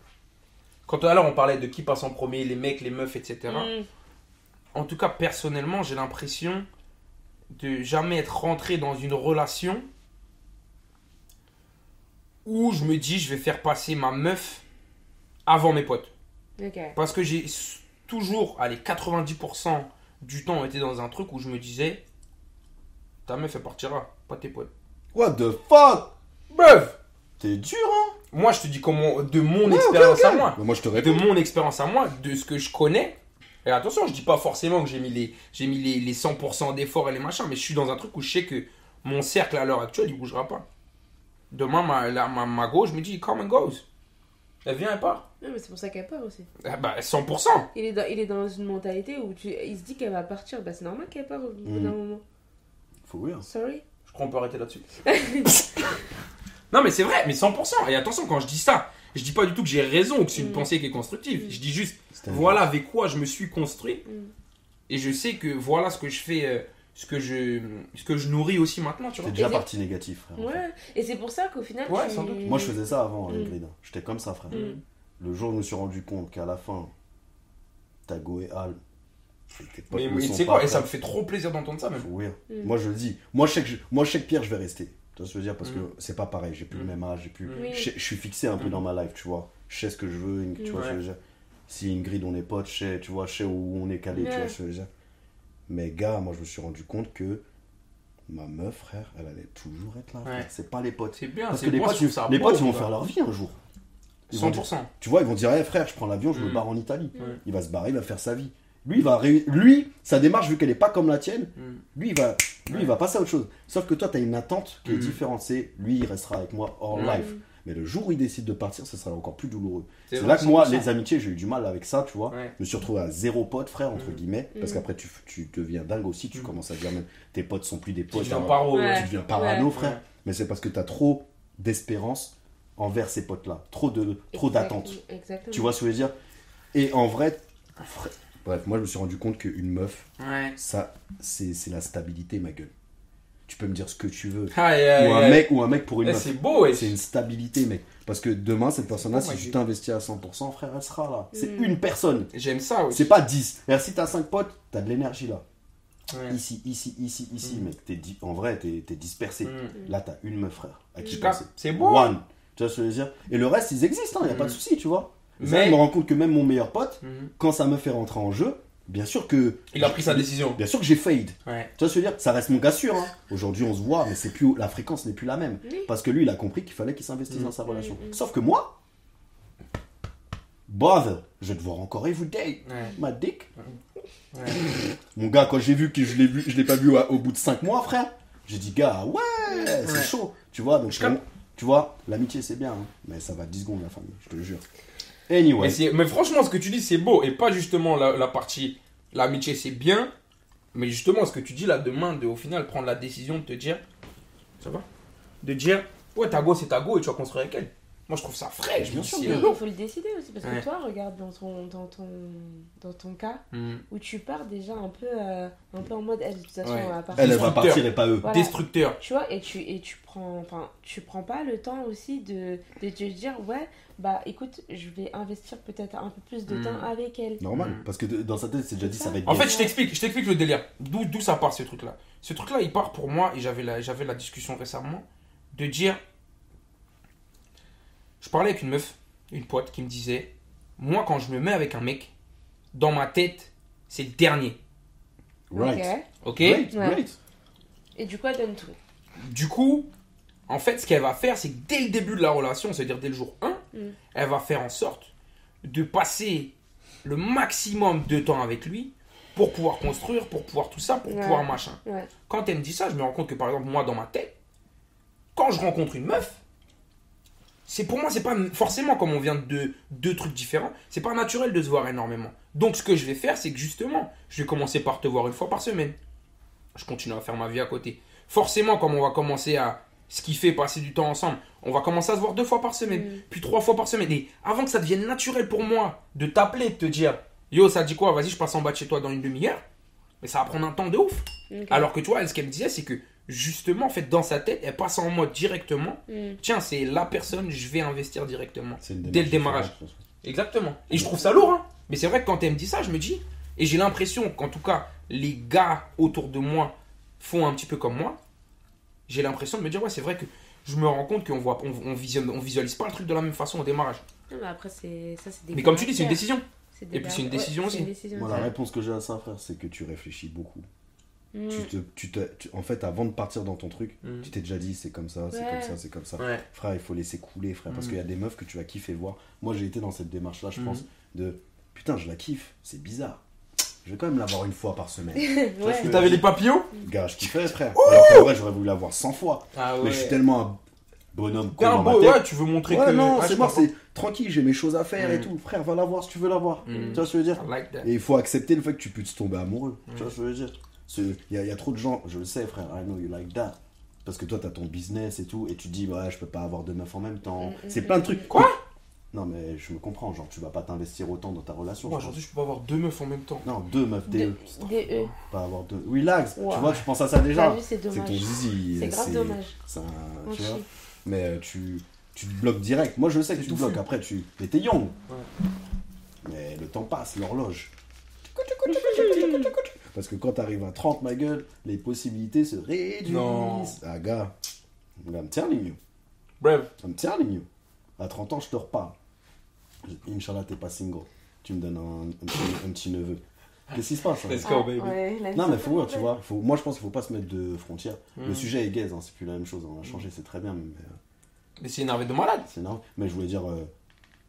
S2: quand tout à l'heure on parlait de qui passe en premier, les mecs, les meufs, etc.
S3: Mm.
S2: En tout cas, personnellement, j'ai l'impression de jamais être rentré dans une relation où je me dis je vais faire passer ma meuf avant mes potes.
S3: Mm. Ok.
S2: Parce que j'ai s- toujours, allez, 90% du temps été dans un truc où je me disais ta meuf elle partira, pas tes potes.
S1: What the fuck
S2: Meuf
S1: T'es dur, hein
S2: Moi, je te dis comment de mon expérience à moi.
S1: Mais Moi, je te
S2: De
S1: réponds.
S2: mon expérience à moi, de ce que je connais. Et attention, je dis pas forcément que j'ai mis les, j'ai mis les, les 100% d'efforts et les machins, mais je suis dans un truc où je sais que mon cercle à l'heure actuelle, il bougera pas. Demain, ma, la- ma, ma gauche me dit come and goes. Elle vient et part.
S3: Non, mais c'est pour ça qu'elle peur aussi.
S2: Ah bah, 100%.
S3: Il est, dans, il est dans une mentalité où tu, il se dit qu'elle va partir. Bah, c'est normal qu'elle part au bout
S1: Mm.
S3: d'un moment.
S1: Faut rire.
S3: Sorry.
S2: Je crois qu'on peut arrêter là-dessus. non, mais c'est vrai, mais 100%. Et attention, quand je dis ça, je dis pas du tout que j'ai raison ou que c'est une
S3: Mm.
S2: pensée qui est constructive.
S3: Mm.
S2: Je dis juste
S1: C'était un
S2: voilà avec quoi je me suis construit
S3: Mm.
S2: et je sais que voilà ce que je fais euh, ce que je ce que je nourris aussi maintenant tu
S1: T'es
S2: vois
S1: déjà
S3: Et-
S1: parti négatif, frère. en fait.
S3: Ouais. Et c'est pour ça qu'au final.
S2: Ouais,
S3: tu-
S2: sans doute.
S1: Moi, je faisais ça avant, les
S3: Mm.
S1: grids. J'étais comme ça, frère.
S3: Mm.
S1: Le jour où je me suis rendu compte qu'à la fin, t'as Go et Al. tes potes
S2: mais,
S1: ne
S2: mais tu
S1: sont
S2: sais
S1: pas
S2: quoi et ça
S1: prêts.
S2: me fait trop plaisir d'entendre ça même
S1: Faut rire.
S3: Mm.
S1: Ah, Moi, je le dis. Moi, je sais que, je- Moi, je sais que Pierre, je vais rester. Tu vois ce que je veux dire Parce
S2: Mm.
S1: que c'est pas pareil. J'ai plus
S2: Mm.
S1: le même âge. J'ai plus...
S2: Mm.
S3: Oui.
S1: je, sais- je suis fixé un peu
S2: Mm.
S1: dans ma life, tu vois. Je sais ce que je veux. une- Tu
S3: Mm.
S1: vois ce que je veux dire Si une grille, on est potes, je sais, tu vois, je sais où on est calé. Tu
S3: Ouais.
S1: vois ce que je veux dire Mais gars, moi, je me suis rendu compte que ma meuf, frère, elle allait toujours être là. frère.
S2: Ouais.
S1: C'est pas les potes.
S2: c'est bien
S1: Parce
S2: c'est-
S1: que les
S2: moi, je
S1: potes,
S2: trouve ça
S1: les
S2: beau,
S1: potes, ils vont
S2: quoi.
S1: faire leur vie un jour. Ils vont dire-
S2: 100%
S1: tu vois, ils vont dire, Eh, frère, je prends l'avion, je me
S2: Mm.
S1: barre en Italie.
S2: Ouais.
S1: Il va se barrer, il va faire sa vie. Lui, il va ré- lui sa démarche, vu qu'elle n'est pas comme la tienne,
S2: Mm.
S1: lui, il va, lui,
S2: Ouais.
S1: il va passer à autre chose. Sauf que toi, tu as une attente qui est
S2: Mm.
S1: différente. C'est lui, il restera avec moi hors
S2: Mm.
S1: life. Mais le jour où il décide de partir, ce sera encore plus douloureux. C'est
S2: vrai,
S1: là que moi,
S2: 100%.
S1: les amitiés, j'ai eu du mal avec ça, tu vois.
S2: Ouais.
S1: Je me suis retrouvé à zéro pote, frère, entre
S2: Mm.
S1: guillemets. Parce
S3: Mm.
S1: qu'après, tu, tu deviens dingue aussi. Tu
S2: Mm.
S1: commences à dire même, tes potes sont plus des
S2: tu
S1: potes.
S2: deviens
S1: alors,
S2: paro
S3: Ouais.
S1: tu deviens parano, frère.
S2: Ouais.
S1: Mais c'est parce que tu as trop d'espérance envers ces potes-là. Trop de, trop d'attentes.
S3: Exactement. Exactement.
S1: Tu vois ce que je veux dire Et en vrai, fr- bref, moi je me suis rendu compte qu'une meuf,
S2: ouais
S1: ça, c'est c'est la stabilité, ma gueule. Tu peux me dire ce que tu veux.
S2: Aïe,
S1: Ou
S2: aïe,
S1: un
S2: aïe.
S1: mec, ou un mec pour une
S2: Eh,
S1: meuf.
S2: c'est Oh beau ouais.
S1: C'est une stabilité, mec. Parce que demain, cette personne-là,
S2: Pourquoi
S1: si tu
S2: j'ai-
S1: t'investis à 100%, frère, elle sera là. C'est
S3: Mm.
S1: une personne.
S2: j'aime ça ouais.
S1: C'est pas 10. Alors, si t'as 5 potes, t'as de l'énergie là.
S2: Ouais.
S1: Ici, ici, ici, ici,
S2: Mm.
S1: mec. T'es di- En vrai, t'es t'es dispersé.
S2: Mm.
S1: Là, t'as une meuf, frère. À qui
S2: Tu
S1: penser.
S2: captes, c'est beau
S1: One. Tu vois ce que je veux dire Et le reste, ils existent, il n'y a pas de
S2: Mm.
S1: souci, tu vois. Mais ça,
S2: Mais-
S1: je me rends compte que même mon meilleur pote,
S2: Mhm.
S1: quand ça me fait rentrer en jeu, bien sûr que.
S2: il a pris sa décision
S1: Bien sûr que j'ai fade.
S2: ouais
S1: Tu vois ce que je veux dire Ça reste mon gars sûr. hein. Aujourd'hui, on se voit, mais c'est plus la fréquence n'est plus la même.
S3: Oui.
S1: Parce que lui, il a compris qu'il fallait qu'il s'investisse
S2: Mm.
S1: dans sa relation.
S3: Mm, mm.
S1: Sauf que moi, bother, je vais te voir encore every day.
S2: ouais
S1: Ma dick.
S2: ouais
S1: Mon gars, quand j'ai vu que je l'ai vu, je l'ai pas vu à- au bout de 5 mois, frère, j'ai dit, gars, ouais, c'est
S2: Ouais.
S1: chaud. Tu vois, donc
S2: Je
S1: pour
S2: capte.
S1: moi- tu vois, l'amitié, c'est bien, hein, mais ça va 10 secondes, la famille, je te jure. Anyway.
S2: Mais, c'est- mais franchement, ce que tu dis, c'est beau. Et pas justement la, la partie l'amitié, c'est bien. Mais justement, ce que tu dis là, demain, de, au final, prendre la décision de te dire. Ça va De dire, ouais, ta go, c'est ta go et tu vas construire avec elle. Moi, je trouve ça frais. Je
S1: Bien
S2: me
S1: sûr,
S2: dis,
S1: bien
S2: c'est
S3: Oui,
S2: lourd.
S3: il faut le décider aussi parce que
S2: Ouais.
S3: toi, regarde dans ton, dans ton, dans ton cas
S2: Hum.
S3: où tu pars déjà un peu, euh, un peu en mode, elle, de toute façon,
S2: Ouais.
S3: elle va partir.
S1: Elle, elle va
S2: Constructeur.
S1: partir et pas eux.
S3: Voilà.
S2: Destructeur.
S3: Tu vois, et tu, et tu prends, enfin, tu prends pas le temps aussi de, de te dire, ouais, bah écoute, je vais investir peut-être un peu plus de
S2: Mm.
S3: temps avec elle.
S1: Normal,
S2: Mm.
S1: parce que de- dans sa tête, c'est déjà dit, ça va être
S2: En
S1: bien.
S2: fait, je t'explique, je t'explique le délire. D'où, d'où ça part ce truc-là. Ce truc-là, il part pour moi, et j'avais la, j'avais la discussion récemment, de dire. Je parlais avec une meuf, une pote, qui me disait Moi, quand je me mets avec un mec, dans ma tête, c'est le dernier.
S1: Right.
S3: Ok.
S2: Ok
S1: Right,
S3: Ouais.
S1: right.
S3: Et du coup, elle donne tout.
S2: Du coup, en fait, ce qu'elle va faire, c'est que dès le début de la relation, c'est-à-dire dès le jour 1,
S3: Mm.
S2: elle va faire en sorte de passer le maximum de temps avec lui pour pouvoir construire, pour pouvoir tout ça, pour
S3: Ouais.
S2: pouvoir machin.
S3: Ouais.
S2: Quand elle me dit ça, je me rends compte que par exemple, moi, dans ma tête, quand je rencontre une meuf, c'est pour moi, c'est pas forcément comme on vient de deux trucs différents, c'est pas naturel de se voir énormément. Donc, ce que je vais faire, c'est que justement, je vais commencer par te voir une fois par semaine. Je continue à faire ma vie à côté. Forcément, comme on va commencer à ce qui fait passer du temps ensemble, on va commencer à se voir deux fois par semaine,
S3: Mm.
S2: puis trois fois par semaine. Et avant que ça devienne naturel pour moi de t'appeler, et de te dire Yo, ça te dit quoi Vas-y, je passe en bas de chez toi dans une demi-heure. Mais ça va prendre un temps de ouf.
S3: Ok.
S2: Alors que tu vois, elle, ce qu'elle me disait, c'est que justement, en fait, dans sa tête, elle passe en mode directement
S3: Mm.
S2: tiens, c'est la personne, je vais investir directement.
S1: C'est une
S2: Dès le
S1: démarche
S2: démarrage.
S1: différente, je pense.
S2: Exactement. Et je trouve ça lourd, hein. Mais c'est vrai que quand elle me dit ça, je me dis, et j'ai l'impression qu'en tout cas, les gars autour de moi font un petit peu comme moi. J'ai l'impression de me dire, ouais, c'est vrai que je me rends compte qu'on voit, on, on visionne- on visualise pas le truc de la même façon au démarrage.
S3: Non, mais après, c'est ça, c'est des
S2: Mais comme tu dis, c'est une
S3: caractères.
S2: décision.
S3: C'est des
S2: Et puis, c'est une
S3: caractères.
S2: décision
S3: Ouais,
S2: aussi.
S3: c'est une décision,
S1: Moi, la
S3: ça.
S1: réponse que j'ai à ça, frère, c'est que tu réfléchis beaucoup.
S3: Mm.
S1: Tu te, tu te, tu- en fait, avant de partir dans ton truc,
S2: Mm.
S1: tu t'es déjà dit c'est comme ça, c'est
S3: Ouais.
S1: comme ça, c'est comme ça.
S2: Ouais.
S1: Frère, il faut laisser couler, frère, parce
S2: Mm.
S1: qu'il y a des meufs que tu vas kiffer voir. Moi, j'ai été dans cette démarche-là, je
S2: Mm.
S1: pense, de putain, je la kiffe, c'est bizarre. Je vais quand même la voir une fois par semaine.
S3: Ouais.
S1: Tu
S2: Et
S1: vois,
S2: t'avais les papillons
S1: Gars, je kiffais, frère. Alors qu'en vrai, j'aurais voulu la voir 100 fois.
S2: Ah
S1: Mais je suis tellement un bonhomme con
S2: T'es un
S1: dans ma
S2: beau,
S1: tête.
S2: ouais, tu veux montrer
S1: Ouais,
S2: que.
S1: non,
S2: Ah, je
S1: c'est mort,
S2: comprends.
S1: c'est tranquille, j'ai mes choses à faire et
S2: Mm.
S1: tout. Frère, va la voir si tu veux la voir.
S2: Mm.
S1: Tu vois ce que je veux dire
S2: I like that.
S1: Et il faut accepter le fait que tu puisses tomber amoureux.
S2: Mm.
S1: Tu vois ce que je veux dire C'est- Il y, a- il y a trop de gens, je le sais, frère, I know you like that. Parce que toi, t'as ton business et tout, et tu te dis, ouais, je peux pas avoir deux meufs en même temps.
S3: Mm, mm,
S1: C'est
S3: mm,
S1: plein de
S3: mm.
S1: trucs.
S2: Quoi
S1: Non, mais je me comprends, genre, tu vas pas t'investir autant dans ta relation.
S2: Moi,
S1: je pense.
S2: aujourd'hui, je peux pas avoir deux meufs en même temps.
S1: Non, deux meufs,
S3: Des
S1: t'es
S3: des E.
S1: pas avoir deux. Relax,
S3: Ouah.
S1: tu vois, tu penses à ça
S3: T'as
S1: déjà.
S3: vu, c'est
S1: C'est ton
S3: dommage.
S1: zizi.
S3: C'est grave dommage.
S1: c'est un-
S3: On
S1: tu vois
S3: chie.
S1: mais euh, tu, tu te bloques direct. Moi, je sais que tu
S2: C'est
S1: te
S2: tout
S1: bloques.
S2: fou.
S1: Après, tu mais t'es young.
S2: Ouais.
S1: Mais le temps passe, l'horloge. Parce que quand t'arrives à 30, ma gueule, les possibilités se réduisent.
S2: Non.
S1: Ah, gars, I'm telling you.
S2: Bref.
S1: I'm telling you. À 30 ans, je te reparle. Je- Inch'Allah, t'es pas single. Tu me donnes un, un petit, un petit neveu. Qu'est-ce qui se passe hein
S2: Let's go, baby.
S3: Ah, ouais, la vie,
S1: Non,
S3: ça
S1: mais faut, ouais,
S3: fait
S1: tu vois. Faut, moi, je pense qu'il faut pas se mettre de frontières.
S2: Mm.
S1: Le sujet est gaze, hein, c'est plus la même chose. On a changé, c'est très bien. Mais, euh,
S2: Mais c'est énervé de malade.
S1: c'est énorme. Mais je voulais dire, euh,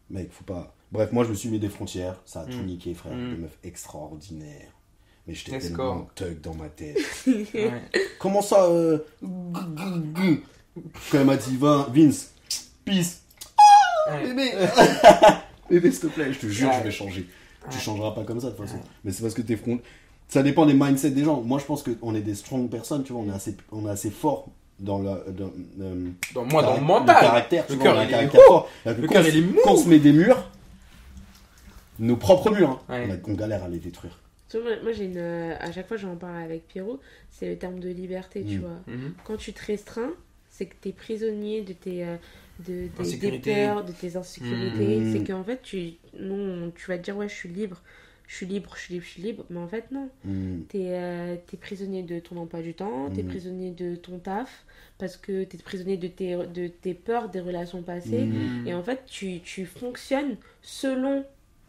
S1: mec, faut pas. Bref, moi je me suis mis des frontières, ça a tout
S2: Mm.
S1: niqué, frère.
S2: Mm.
S1: Des meufs extraordinaires. Mais j'étais
S2: Let's
S1: tellement
S2: go.
S1: thug dans ma tête.
S2: Ouais.
S1: Comment ça, euh... Quand elle m'a dit, Vin- Vince, peace, Ah,
S2: Ouais.
S1: bébé. bébé, s'il te plaît, je te jure,
S2: Ouais.
S1: je vais changer. Tu
S2: Ouais.
S1: changeras pas comme ça de toute façon.
S2: Ouais.
S1: Mais c'est parce que t'es front. Ça dépend des mindsets des gens. Moi, je pense qu'on est des strong personnes, tu vois.
S2: Mm.
S1: On est assez, on est assez fort dans la. dans, euh,
S2: Dans- moi, dans le
S1: caract-
S2: mental.
S1: Le caractère, tu
S2: Le
S1: vois,
S2: cœur,
S1: on a un
S2: il est-
S1: caractère fort.
S2: Le cœur, il est mou.
S1: Quand on se met des murs, nos propres murs, hein,
S2: Ouais.
S1: on, a- on galère à les détruire.
S3: Tu vois, moi- Moi, j'ai une. euh, À chaque fois, j'en parle avec Pierrot, c'est le terme de liberté, tu
S1: Mm.
S3: vois.
S2: Mhm.
S3: Quand tu te restreins, c'est que t'es prisonnier de tes. euh, De, des- des,
S2: Insécurité.
S3: peurs, de tes insécurités.
S1: Mm.
S3: C'est qu'en fait, tu, non, tu vas te dire, ouais, je suis libre, je suis libre, je suis libre, je suis libre. Mais en fait, non.
S1: Hmm.
S3: T'es euh, t'es prisonnier de ton emploi du temps, t'es
S1: Mm.
S3: prisonnier de ton taf, parce que t'es prisonnier de tes, de tes peurs des relations passées.
S1: Mm.
S2: Mhm.
S3: Et en fait, tu, tu fonctionnes selon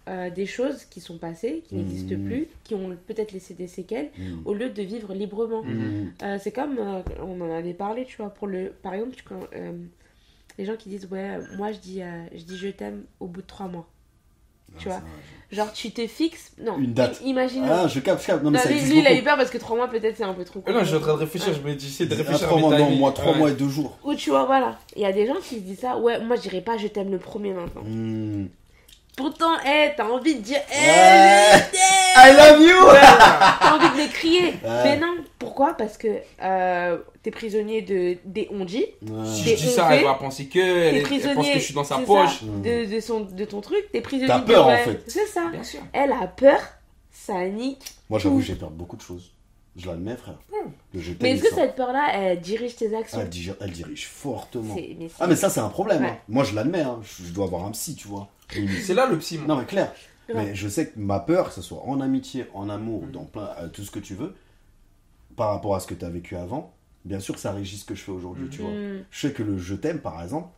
S3: euh, des choses qui sont passées, qui
S1: Mm.
S3: n'existent plus, qui ont peut-être laissé des séquelles,
S1: Hmm.
S3: au lieu de vivre librement.
S2: Mm.
S1: Hmm.
S3: Euh, c'est comme, euh, on en avait parlé, tu vois, pour le... Par exemple, tu- quand, euh, les gens qui disent, ouais, moi je dis, euh, je, dis je t'aime au bout de trois mois. Tu vois.
S1: Ah,
S3: Genre, tu te fixes... Non,
S1: Une date.
S3: Imagine...
S1: ça- Ah, je capte, je capte. Non, mais ça
S3: lui,
S1: existe
S3: lui, il a eu
S1: beaucoup.
S3: peur parce que trois mois, peut-être, c'est un peu trop
S2: Ouais,
S3: court.
S2: non, je suis en train de réfléchir, je me dis, j'essaie de
S1: Ah,
S2: réfléchir.
S1: trois
S2: à mes
S1: mois, non,
S2: timings.
S1: moi, trois
S2: Ouais.
S1: mois et deux jours.
S3: Ou tu vois, voilà. Il y a des gens qui se disent ça, ouais, moi, je dirais pas je t'aime le premier maintenant.
S2: Mmh.
S1: Hmm.
S3: Pourtant, hé, t'as envie de dire, hé,
S1: Ouais.
S3: je t'aime
S1: I love you!
S3: T'as envie de les crier.
S1: Ouais.
S3: Mais non, pourquoi Parce que euh, t'es prisonnier de, des on-dit,
S1: Ouais.
S2: Si je
S3: T'es
S2: dis ça,
S3: honté,
S2: elle va penser que. Elle,
S3: t'es
S2: est- elle pense
S3: prisonnier.
S2: que je suis dans sa
S3: c'est
S2: poche.
S3: ça, de, de, son, de ton truc, t'es prisonnier
S1: T'as
S3: de-
S1: peur, en
S3: ouais,
S1: fait.
S3: C'est ça.
S2: Bien sûr.
S3: Elle a peur, ça nique.
S1: Moi, j'avoue,
S3: Ouh.
S1: j'ai peur de beaucoup de choses. Je l'admets, frère.
S2: Hmm.
S1: Le je
S3: Mais
S1: t'aime,
S3: est-ce que
S1: il sort.
S3: cette peur-là, elle dirige tes actions
S1: hein. elle, dirige, elle dirige fortement.
S3: C'est- mais c'est-
S1: Ah, mais ça, c'est un problème.
S3: Ouais.
S1: hein. Moi, je l'admets. hein. Je je dois avoir un psy, tu vois. Une-
S2: C'est là le psy, moi.
S1: Non, mais clair.
S3: Grave.
S1: Mais je sais que ma peur, que ce soit en amitié, en amour, dans plein, euh, tout ce que tu veux, par rapport à ce que tu as vécu avant, bien sûr, ça régit ce que je fais aujourd'hui,
S2: Mhm.
S1: tu vois.
S3: Mm.
S1: Je sais que le je t'aime, par exemple,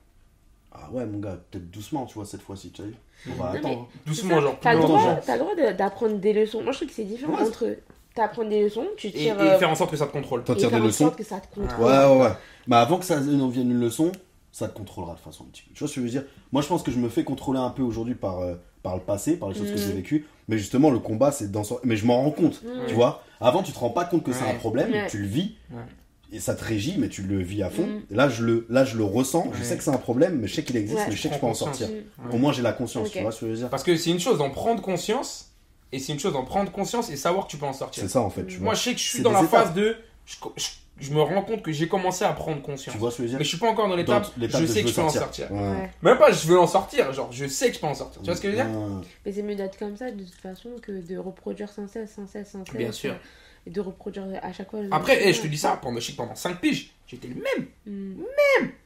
S1: ah ouais, mon gars, peut-être doucement, tu vois, cette fois-ci, tu Bah, sais. On va
S3: Non,
S1: attendre.
S2: Doucement, genre,
S3: T'as le
S1: Non,
S3: droit,
S1: genre-
S3: t'as le droit de- d'apprendre des leçons. Moi, je trouve que c'est différent
S1: Ouais.
S3: entre t'apprendre des leçons, tu
S2: Et,
S3: tires.
S2: et
S3: euh,
S2: faire en sorte que ça te contrôle.
S1: T'en
S3: et
S1: tires des
S3: faire en
S1: leçons
S3: sorte que ça te contrôle.
S1: Ouais, hein. ouais, ouais. Mais avant que ça en vienne une leçon, ça te contrôlera de toute façon un petit peu. Tu vois ce que je veux dire Moi, je pense que je me fais contrôler un peu aujourd'hui par, euh, par le passé, par les choses que
S3: Mhm.
S1: j'ai vécues. Mais justement, le combat, c'est dans son. Mais je m'en rends compte,
S3: Mm.
S1: tu vois. Avant, tu te rends pas compte que c'est un
S2: Ouais.
S1: problème,
S3: Ouais.
S1: tu le vis.
S2: Ouais.
S1: Et ça te régit, mais tu le vis à fond.
S3: Mm.
S1: Et Là, je le, là, je le ressens. Je
S2: Ouais.
S1: sais que c'est un problème, mais je sais qu'il existe,
S3: Ouais.
S1: mais je sais que je peux en sortir.
S3: Mm.
S2: Ouais.
S1: Au moins, j'ai la conscience,
S3: Ok.
S1: tu vois ce que je veux dire.
S2: Parce que c'est une chose d'en prendre conscience, et c'est une chose d'en prendre conscience et savoir que tu peux en sortir.
S1: C'est ça, en fait, tu vois.
S2: Moi, je sais que je suis
S1: C'est
S2: dans
S1: des
S2: la
S1: étapes.
S2: phase de. Je, co- je- je me rends compte que j'ai commencé à prendre conscience.
S1: Tu vois ce que je veux
S2: mais
S1: dire
S2: je suis pas encore dans
S1: Dans
S2: l'étape.
S1: l'étape
S2: Je
S1: de
S2: sais que
S1: veux
S2: je peux en sortir.
S1: Ouais.
S3: Ouais.
S2: Même pas, je veux en sortir. Genre, je sais que je peux en sortir. Tu vois ce que je veux dire
S1: Ouais.
S3: Mais c'est mieux d'être comme ça de toute façon que de reproduire sans cesse, sans cesse, sans cesse. euh,
S2: Bien sûr.
S3: Et de reproduire à chaque fois. le même
S2: Après,
S3: schéma.
S2: eh, je te dis ça, pendant, je sais que pendant 5 piges, j'étais le même.
S3: Mm. Non,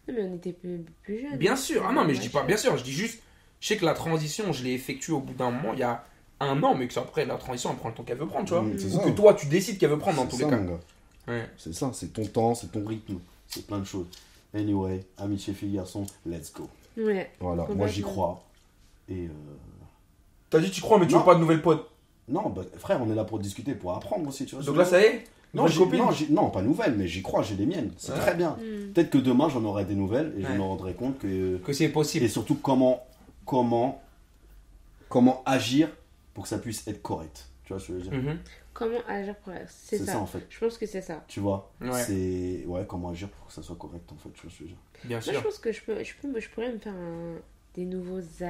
S3: mais on était plus, plus jeunes.
S2: Bien sûr. Ah non, mais je dis pas
S3: Ouais.
S2: bien sûr. Je dis juste, je sais que la transition, je l'ai effectuée au bout d'un moment, il y a un an, mais que c'est après la transition, elle prend le temps qu'elle veut prendre, tu vois.
S1: Mm, c'est
S2: Ou
S1: ça.
S2: que toi, tu décides qu'elle veut prendre dans
S1: C'est ça,
S2: tous les cas.
S1: mon gars.
S2: Ouais.
S1: C'est ça, c'est ton temps, c'est ton rythme, c'est plein de choses. Anyway, amitié fille-garçon, let's go.
S3: Ouais.
S1: Voilà, moi j'y
S3: Complètement.
S1: crois. Et. euh,
S2: T'as dit, tu crois, mais tu
S1: Non.
S2: veux pas de nouvelles potes.
S1: Non, bah, frère, on est là pour discuter, pour apprendre aussi, tu vois.
S2: Donc là, ça y est
S1: non,
S2: nouvelle
S1: j'ai-
S2: copine
S1: non, j'ai- non, pas nouvelle, mais j'y crois, j'ai les miennes. C'est
S2: Ouais.
S1: très bien.
S3: Mm.
S1: Peut-être que demain j'en aurai des nouvelles et je
S2: Ouais.
S1: me rendrai compte que.
S2: Que c'est possible.
S1: Et surtout, comment. Comment. Comment agir pour que ça puisse être correct. Tu vois ce que je veux dire
S2: Mhm.
S3: Comment agir pour C'est
S1: C'est ça.
S3: ça.
S1: en fait.
S3: Je pense que c'est ça.
S1: Tu vois
S2: Ouais.
S1: C'est. Ouais, comment agir pour que ça soit correct en fait, tu vois ce que je veux dire
S2: Bien
S3: Moi, je
S2: sûr.
S3: pense que je, peux, je, peux, je pourrais me faire un- des nouveaux
S1: I'm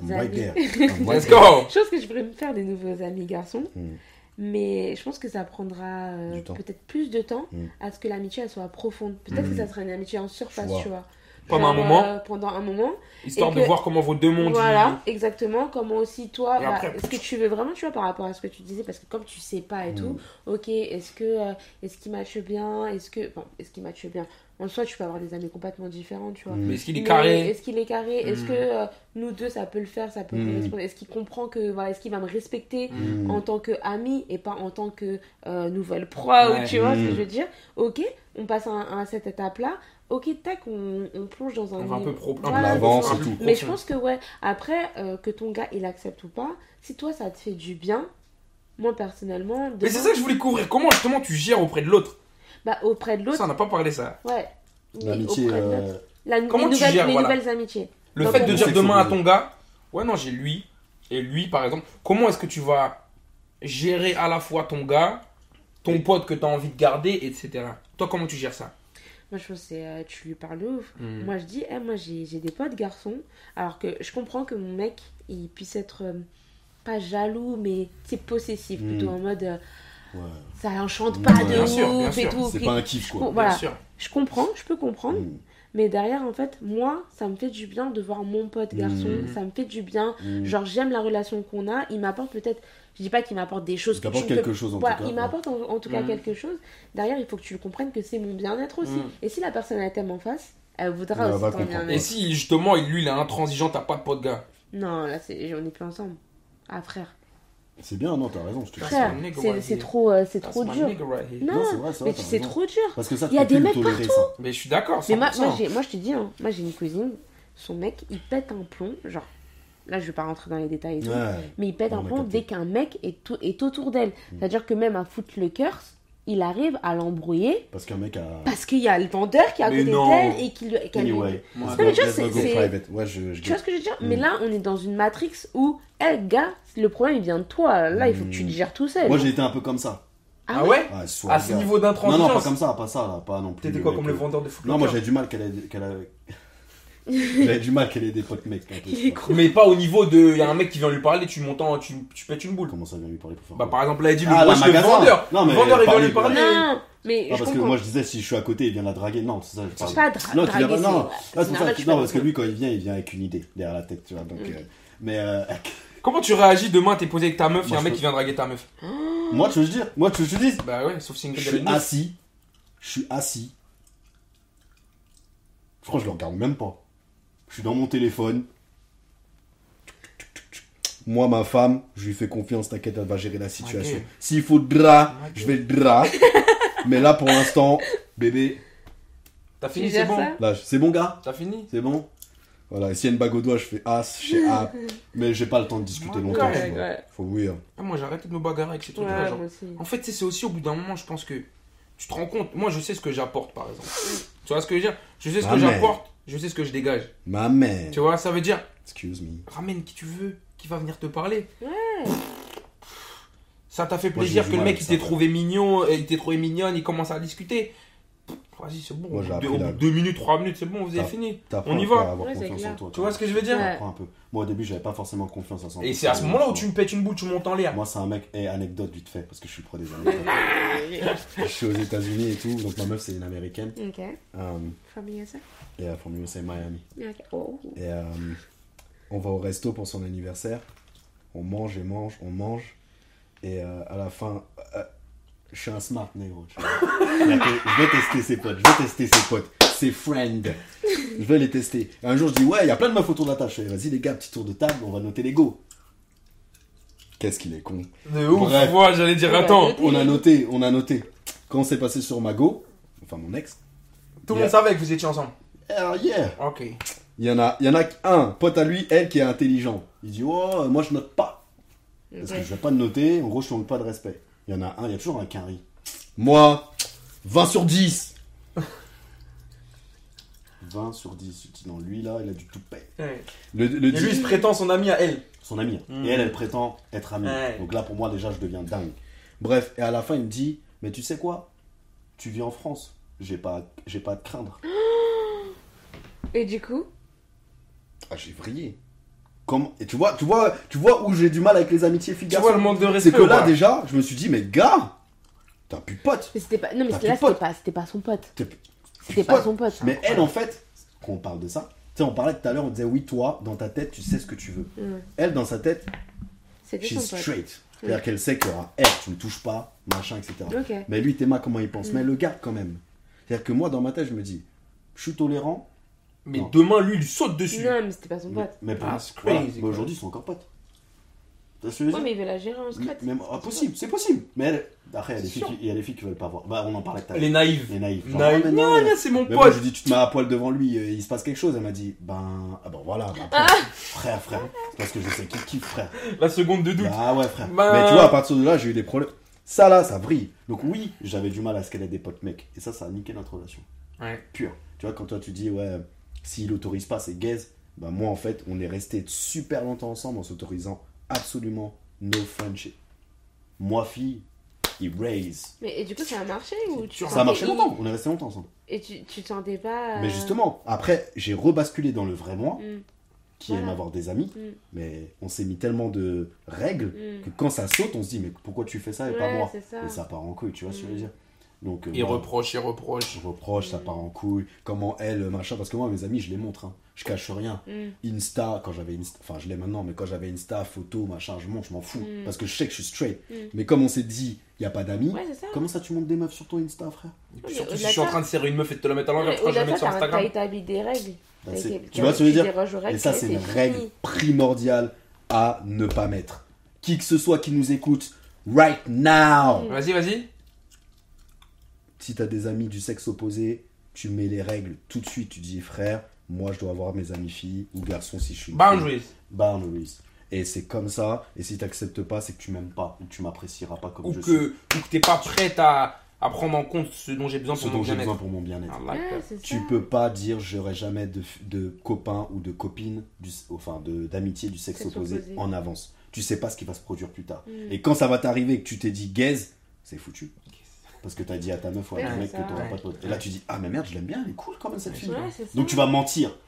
S3: amis.
S1: right
S3: amis.
S1: there. I'm right
S2: Let's go
S3: Je pense que je pourrais me faire des nouveaux amis garçons,
S1: Mm.
S3: mais je pense que ça prendra euh,
S1: Du temps.
S3: peut-être plus de temps
S1: Mm.
S3: à ce que l'amitié elle soit profonde. Peut-être
S1: Mm.
S3: que ça serait une amitié en surface,
S1: Je vois.
S3: tu vois.
S2: Pendant un
S3: Genre,
S2: moment.
S3: euh, Pendant un moment.
S2: Histoire
S3: Et
S2: de
S3: que-
S2: voir comment vos deux mondes.
S3: Voilà, exactement. Comment aussi toi,
S2: Et
S3: bah,
S2: après-
S3: ce que tu veux vraiment, tu vois, par rapport à ce que tu disais, parce que comme tu sais pas et tout,
S2: Mm.
S3: ok, est-ce que euh, est-ce qu'il matche bien, est-ce que bon, est-ce qu'il matche bien. En soi, tu peux avoir des amis complètement différents, tu vois.
S2: ils-
S1: Mm.
S2: Mais est-ce qu'il est
S3: Mais
S2: carré
S3: Est-ce qu'il est carré Est-ce
S2: Mm.
S3: que euh, nous deux, ça peut le faire Ça peut
S1: Mm.
S3: correspondre Est-ce qu'il comprend que. Voilà, est-ce qu'il va me respecter
S2: Mm.
S1: Mm.
S3: en tant qu'ami et pas en tant que euh, nouvelle proie ou
S2: Ouais.
S3: tu vois ce que
S1: Mm.
S3: je veux dire Ok, on passe à, à cette étape-là. Ok, tac, on, on plonge dans un.
S2: On va un peu
S3: niveau-
S2: pro...
S1: On
S3: Voilà,
S1: avance
S3: c'est
S1: et
S3: ça.
S1: tout.
S3: Mais je pense que, ouais, après, euh, que ton gars il accepte ou pas, si toi ça te fait du bien, moi personnellement.
S2: Mais
S3: demain-
S2: c'est ça que je voulais couvrir. Comment justement tu gères auprès de l'autre
S3: Bah, auprès de
S2: Ça, on
S3: l'autre,
S2: n'a pas parlé ça.
S3: ouais. Oui,
S1: L'amitié.
S3: auprès de l'autre.
S1: euh,
S3: La- les
S2: Comment tu
S3: nouvelles-
S2: gères,
S3: les
S2: voilà.
S3: nouvelles amitiés.
S2: Le
S3: Bah,
S2: fait
S3: pour
S2: de
S3: moi,
S2: dire
S1: c'est
S2: demain à
S1: faux.
S2: ton gars, ouais, non, j'ai lui, et lui, par exemple, comment est-ce que tu vas gérer à la fois ton gars, ton pote que tu as envie de garder, etc. Toi, comment tu gères ça
S3: Moi, je pense que c'est, euh, tu lui parles de ouf.
S1: Mm.
S2: Hmm.
S3: Moi, je dis, eh, moi, j'ai j'ai des potes garçons. Alors que je comprends que mon mec, il puisse être euh, pas jaloux, mais c'est possessif.
S1: Mm.
S3: Plutôt en mode, euh,
S1: ouais.
S3: ça l'enchante
S1: Mm,
S3: pas
S1: ouais.
S3: de
S1: Bien
S3: ouf
S2: sûr, bien
S3: et
S2: sûr.
S3: tout.
S1: C'est
S3: Puis-
S1: pas un kiff quoi.
S3: Bon, bah, voilà.
S2: Bien sûr.
S3: Je comprends, je peux comprendre.
S1: Mm.
S3: Mais derrière, en fait, moi, ça me fait du bien de voir mon pote garçon.
S2: Mm.
S3: Ça me fait du bien.
S1: Mm.
S3: Genre, j'aime la relation qu'on a. Il m'apporte peut-être, je dis pas qu'il m'apporte des choses
S1: Il t'apporte
S3: tu ne peux
S1: quelque chose en
S3: voilà,
S1: tout cas.
S3: il m'apporte en, en tout cas
S2: Mm.
S3: quelque chose. Derrière, il faut que tu le comprennes que c'est mon bien-être aussi.
S2: Mm.
S3: Et si la personne elle t'aime en face, elle
S1: Ouais,
S3: voudra
S1: elle va
S3: aussi ton
S1: comprendre.
S2: Et
S3: bien-être.
S2: si justement, il- lui, il est intransigeant, t'as pas de pote gars
S3: Non, là, c'est, on est plus ensemble. Ah frère,
S1: C'est bien, non, t'as raison, je te dis.
S2: Frère,
S1: ça.
S3: frère,
S2: nigga
S3: c'est,
S2: right
S3: c'est
S2: here.
S3: trop, euh,
S1: Ah,
S3: c'est
S2: That's
S3: trop
S2: my
S3: dur.
S2: nigga right here.
S3: Non,
S1: Non, c'est vrai, c'est
S3: mais
S1: vrai,
S3: tu
S1: t'as
S3: sais
S1: raison. Ah,
S3: trop dur.
S1: Parce que ça, tu
S3: Il y a
S1: peux
S3: des
S1: plus le
S3: mecs
S1: tolérer,
S3: partout.
S1: ça.
S2: Mais je suis d'accord,
S3: Mais moi,
S2: 100%.
S3: moi, j'ai, moi, je te dis, hein, moi, j'ai une cousine, son mec, il pète un plomb, genre. Là, je vais pas rentrer dans les détails. et tout,
S1: Ouais.
S3: Mais il pète
S1: On
S3: un
S1: a
S3: plomb
S1: capté.
S3: dès qu'un mec est, tout, est autour d'elle.
S1: Mm.
S3: C'est-à-dire que même à foutre le cœur, il arrive à l'embrouiller
S1: Parce qu'un mec a.
S3: parce qu'il y a le vendeur qui est à
S2: Mais
S3: côté
S2: non.
S3: d'elle et qui lui. qu'elle lui-
S1: Anyway,
S2: Ouais.
S1: let's
S2: Non,
S1: go-
S3: mais tu vois,
S1: let's
S3: c'est-
S1: go
S3: c'est-
S1: private. Ouais, je. je
S3: Tu vois ce que je veux dire
S1: Mm.
S3: Mais là, on est dans une matrix où, hé gars, le problème il vient de toi. Là, il faut que tu le gères tout seul.
S1: Mm. Moi, j'ai été un peu comme ça.
S2: Ah ouais
S1: Ah, soit
S2: À ce
S1: gars.
S2: niveau
S1: Non, non, pas
S2: d'intransigeance,
S1: comme ça, pas ça, là, pas non plus.
S2: t'étais quoi
S1: euh,
S2: comme
S1: que-
S2: le vendeur de foot
S1: Non, moi, j'avais du mal qu'elle ait. qu'elle a- J'avais du mal qu'elle ait des potes mecs. un peu,
S3: Il
S1: tu
S3: est
S1: vois.
S3: con.
S2: Mais pas au niveau de. Y'a un mec qui vient lui parler, tu montes en- tu, tu pètes une boule.
S1: Comment ça vient lui parler pour faire
S2: Bah,
S1: quoi
S2: par exemple, là, il dit le,
S1: Ah,
S2: wesh,
S1: la
S2: le
S1: magasin.
S2: vendeur.
S1: Non, mais
S2: le vendeur, il vient
S1: parler,
S2: lui parler.
S3: Non, mais
S1: Ah,
S3: je
S1: parce que
S3: comprends.
S1: moi je disais si je suis à côté il vient la draguer non c'est ça je parle
S3: pas dra-
S1: non tu l'as pas-
S3: draguer,
S1: non
S3: c'est-
S1: ah,
S3: c'est
S1: c'est pour ça
S3: normal,
S1: que-
S3: je suis
S1: non
S3: pas
S1: parce que
S3: d'accord.
S1: lui quand il vient il vient avec une idée derrière la tête tu vois donc
S3: Mm.
S1: euh, mais euh,
S2: Comment tu réagis demain, t'es posé avec ta meuf,
S1: Moi,
S2: y'a un
S1: je
S2: mec
S1: peux-
S2: qui vient draguer ta meuf
S1: moi tu veux que je dise moi tu veux que je te dise
S2: Bah ouais, sauf si une
S1: Je
S2: gueule de
S1: suis
S2: la
S1: assis. Je suis assis. Je crois que je le regarde même pas. Je suis dans mon téléphone. Moi, ma femme, je lui fais confiance, t'inquiète, elle va gérer la situation.
S2: Ok.
S1: S'il faut drap,
S2: Ok.
S1: je vais le drap. Mais là, pour l'instant, bébé,
S2: T'as
S3: Tu
S2: fini, c'est
S3: gères
S2: bon
S3: ça
S1: là, c'est bon, gars
S2: T'as fini
S1: C'est bon Voilà, et s'il y a une bague au doigt, je fais as, je fais A. Mais j'ai pas le temps de discuter
S2: Ouais,
S1: longtemps.
S2: ouais,
S1: tu vois.
S3: ouais.
S1: Faut oui.
S2: Ah, Moi j'ai arrêté de me bagarrer avec ces
S3: Ouais,
S2: trucs-là. genre.
S3: moi aussi.
S2: En fait, tu sais, c'est aussi au bout d'un moment, je pense que tu te rends compte. Moi je sais ce que j'apporte par exemple. tu vois ce que je veux dire Je sais ce que
S1: Amen.
S2: j'apporte, je sais ce que je dégage.
S1: Ma mère.
S2: Tu vois, ça veut dire
S1: Excuse me.
S2: ramène qui tu veux, qui va venir te parler.
S3: Ouais.
S2: Pff, Ça t'a fait
S1: Moi, j'ai
S2: plaisir
S1: du
S2: que le
S1: mal
S2: mec
S1: avec
S2: il
S1: ça.
S2: t'ait trouvé mignon, euh, il t'ait trouvé mignonne, il commence à discuter. Pff, Vas-y, c'est bon.
S1: Moi,
S2: au
S1: j'ai
S2: bout de-
S1: appris
S2: au bout
S1: la-
S2: de deux minutes, trois minutes, c'est bon, vous
S1: Ah.
S2: avez fini.
S1: T'apprends
S2: On y
S1: un peu
S2: va.
S1: à avoir
S3: Ouais, c'est
S1: confiance en
S3: clair.
S1: toi.
S2: Tu vois ce que je veux dire
S3: Ouais.
S1: T'apprends un peu. Moi, au début, j'avais pas forcément confiance en ça.
S2: Et c'est à ce moment-là où tu me pètes une boule, tu montes en l'air.
S1: Moi, c'est un mec. Et anecdote vite fait, parce que je suis pro des anecdotes. je suis aux États-Unis et tout, donc ma meuf, c'est une américaine.
S3: Ok.
S1: Euh,
S3: Famille ça
S1: et euh, from USA, Miami.
S3: Ok. Oh.
S1: Et euh, on va au resto pour son anniversaire. On mange et mange, on mange. Et euh, à la fin, euh, je suis un smart négro. tu vois. je vais tester ses potes, je vais tester ses potes, ses friends. Je vais les tester. Et un jour, je dis Ouais, il y a plein de meufs autour de la table. Je fais Vas-y, les gars, petit tour de table, on va noter les go. Qu'est-ce qu'il est con.
S2: De ouf,
S1: Bref.
S2: tu vois, j'allais dire, attends,
S1: On a noté, on a noté. Quand c'est passé sur ma go, enfin mon ex,
S2: tout le
S1: Yeah.
S2: monde savait que vous étiez ensemble.
S1: alors yeah,
S2: Ok.
S1: il y en a, il y en a un pote à lui, elle qui est intelligent. Il dit oh moi je note pas. Parce que je vais pas te noter, en gros je te manque pas de respect. Il y en a un, il y a toujours un carry. Moi, 20 sur 10 20 sur 10, je dis non, lui là, il a du tout paye.
S2: Ouais.
S1: Le, le
S2: Et lui, il se prétend son ami à elle.
S1: son ami. hein.
S2: Mm.
S1: Et elle, elle prétend être amie.
S2: Ouais.
S1: Donc là, pour moi, déjà, je deviens dingue. Bref, et à la fin, il me dit, mais tu sais quoi Tu vis en France, j'ai pas, j'ai pas à te craindre.
S3: Et du coup
S1: Ah, j'ai vrillé. Comment Et tu vois, tu vois, tu vois où j'ai du mal avec les amitiés filles
S2: Tu vois le
S1: garçons
S2: manque de respect.
S1: C'est que là,
S2: voilà.
S1: déjà, je me suis dit, mais gars, t'as plus de pote.
S3: Mais c'était pas. Non, mais
S1: T'as
S3: c'était là,
S1: plus de
S3: c'était pas, c'était pas son pote.
S1: T'es-
S3: C'était pas son pote. hein.
S1: Mais elle, en fait, quand on parle de ça, tu sais, on parlait tout à l'heure, on disait, oui, toi, dans ta tête, tu sais ce que tu veux.
S3: Ouais.
S1: Elle, dans sa tête,
S3: C'était
S1: she's
S3: son pote.
S1: straight. C'est-à-dire qu'elle sait qu'il y aura R, tu me touches pas, machin, etc.
S3: Ok.
S1: Mais lui, Théma, comment il pense Mais elle le garde quand même. C'est-à-dire que moi, dans ma tête, je me dis, je suis tolérant,
S2: Mais
S1: Non.
S2: demain, lui, il saute dessus.
S3: Non, mais c'était pas son
S1: mais,
S3: pote.
S1: mais pour
S2: Ah,
S1: moi,
S2: c'est
S1: voilà.
S2: crazy,
S1: Mais
S2: quoi.
S1: aujourd'hui, ils sont encore potes. Tu vois ce que je veux
S3: Ouais,
S1: dire
S3: mais il veut la gérer en secret.
S1: Mais- mais- ah, possible, c'est possible. Mais elle- après, il y a des
S2: C'est
S1: filles
S2: sûr.
S1: qui- il y a des filles qui veulent pas voir. Bah, on en parlait tout à
S2: Elle est
S1: l'heure.
S2: naïve.
S1: Les naïves. Genre,
S2: Naïve.
S1: ah, mais
S2: Non,
S1: non,
S2: non, c'est mon
S1: Mais moi, je
S2: pote.
S1: lui dis, tu te mets à poil devant lui, euh, il se passe quelque chose. Elle m'a dit, ben, ah ben voilà, ben, après, frère, frère. C'est parce que je sais qui kiffe, frère.
S2: La seconde de doute.
S1: Ah ouais, frère.
S2: Bah-
S1: Mais tu vois, à partir de là, j'ai eu des problèmes. Ça, là, ça brille. Donc, oui, j'avais du mal à ce qu'elle ait des potes mecs. Et ça, ça a niqué notre relation.
S2: Ouais.
S1: Pure. Tu vois, quand toi, tu dis, ouais, s'il autorise pas, c'est gaze. Bah, moi, en fait, on est resté super longtemps ensemble en s'autorisant absolument no friendship. Moi, fille, il raise.
S3: Mais et du coup, ça a marché ou tu.
S1: Ça a marché
S3: sentais-
S1: longtemps. On est resté longtemps ensemble.
S3: Et tu, tu te sentais pas. euh,
S1: Mais justement, après, j'ai rebasculé dans le vrai moi,
S3: Mm.
S1: qui aime
S3: Voilà.
S1: avoir des amis.
S3: Mm.
S1: Mais on s'est mis tellement de règles
S3: Mm.
S1: que quand ça saute, on se dit, mais pourquoi tu fais ça et pas
S3: Ouais,
S1: moi
S3: c'est ça.
S1: Et ça part en couille, tu vois ce que je veux
S3: Mm.
S1: dire Donc, euh,
S2: Il
S1: moi,
S2: reproche, il reproche.
S1: je reproche, ça part en couille. Comment elle, machin, parce que moi, mes amis, je les montre. hein. Je cache rien.
S3: Mm.
S1: Insta, quand j'avais Insta, enfin, je l'ai maintenant, mais quand j'avais Insta, photo, machin, je montre, je m'en fous.
S3: Mm.
S1: Parce que je sais que je suis straight.
S3: Mm.
S1: Mais comme on s'est dit, il n'y a pas d'amis,
S3: Ouais, c'est ça.
S1: comment ça tu montes des meufs sur ton Insta, frère
S2: Et
S3: mais
S2: puis surtout, si
S3: au-delà
S2: je suis en
S3: de ça-
S2: train de serrer une meuf et de te la mettre à l'envers,
S3: Ouais,
S2: tu crois que je la
S3: Au-delà de
S2: mettre sur
S3: ça, t'as- t'as
S2: Instagram
S3: établi des règles.
S1: Bah,
S3: T'as
S1: c'est-
S3: établi-
S1: Tu vois ce que je veux
S3: tu
S1: dire
S3: déroges aux règles,
S1: Et ça, c'est une règle
S3: fini.
S1: primordiale à ne pas mettre. Qui que ce soit qui nous écoute, right now,
S2: Vas-y, vas-y.
S1: si t'as des amis du sexe opposé, tu mets les règles tout de suite. Tu dis, frère, moi, je dois avoir mes amis filles ou garçons si je suis. une fille.
S2: Boundaries.
S1: Boundaries. Et c'est comme ça. Et si t'acceptes pas, c'est que tu m'aimes pas ou que tu m'apprécieras pas comme
S2: Ou
S1: je
S2: que, ou que t'es pas prête à, à prendre en compte ce dont j'ai besoin
S1: suis. Ce
S2: pour mon
S1: dont j'ai besoin
S2: bien-être.
S1: pour mon bien-être.
S2: I Ah, like
S3: Ouais,
S2: that.
S3: c'est ça.
S1: Tu peux pas dire j'aurai jamais de, de copain ou de copine, du, enfin de- d'amitié du sexe
S3: Sexe
S1: opposé,
S3: opposé.
S1: en avance. Tu sais pas ce qui va se produire plus tard.
S3: Mm.
S1: Et quand ça va t'arriver et que tu t'es dit gaze, c'est foutu. Parce que t'as dit à ta meuf ou à
S3: Ouais,
S1: ton
S3: c'est
S1: mec que
S3: ça.
S1: t'auras
S2: Ouais.
S1: pas de pote. Et là tu dis ah mais merde je l'aime bien, elle est cool quand même cette fille.
S3: Ouais, c'est ça.
S1: Donc tu vas mentir.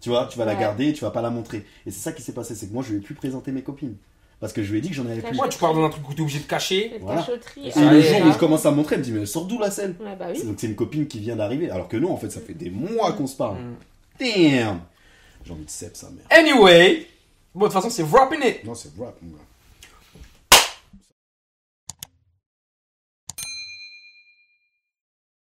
S1: Tu vois, tu vas la
S3: Ouais.
S1: garder, tu vas pas la montrer. Et c'est ça qui s'est passé, c'est que moi je lui ai plus présenté mes copines. Parce que je lui ai dit que j'en avais
S3: Ça
S1: plus.
S2: Moi, tu parles d'un truc où t'es obligé de cacher.
S3: Et ta
S1: Voilà.
S3: chauderie,
S1: Et
S2: Ah,
S1: le
S2: ouais,
S1: jour où
S2: ouais.
S1: je commence à montrer, elle me dit mais elle sort d'où la scène
S3: Ouais, bah oui. Mm.
S1: Donc c'est une copine qui vient d'arriver. Alors que non en fait ça fait des mois qu'on se parle.
S2: Mm.
S1: Damn J'ai envie de cep sa mère.
S2: Anyway, bon, de toute façon, c'est wrapping it.
S1: Non, c'est rap, mon gars.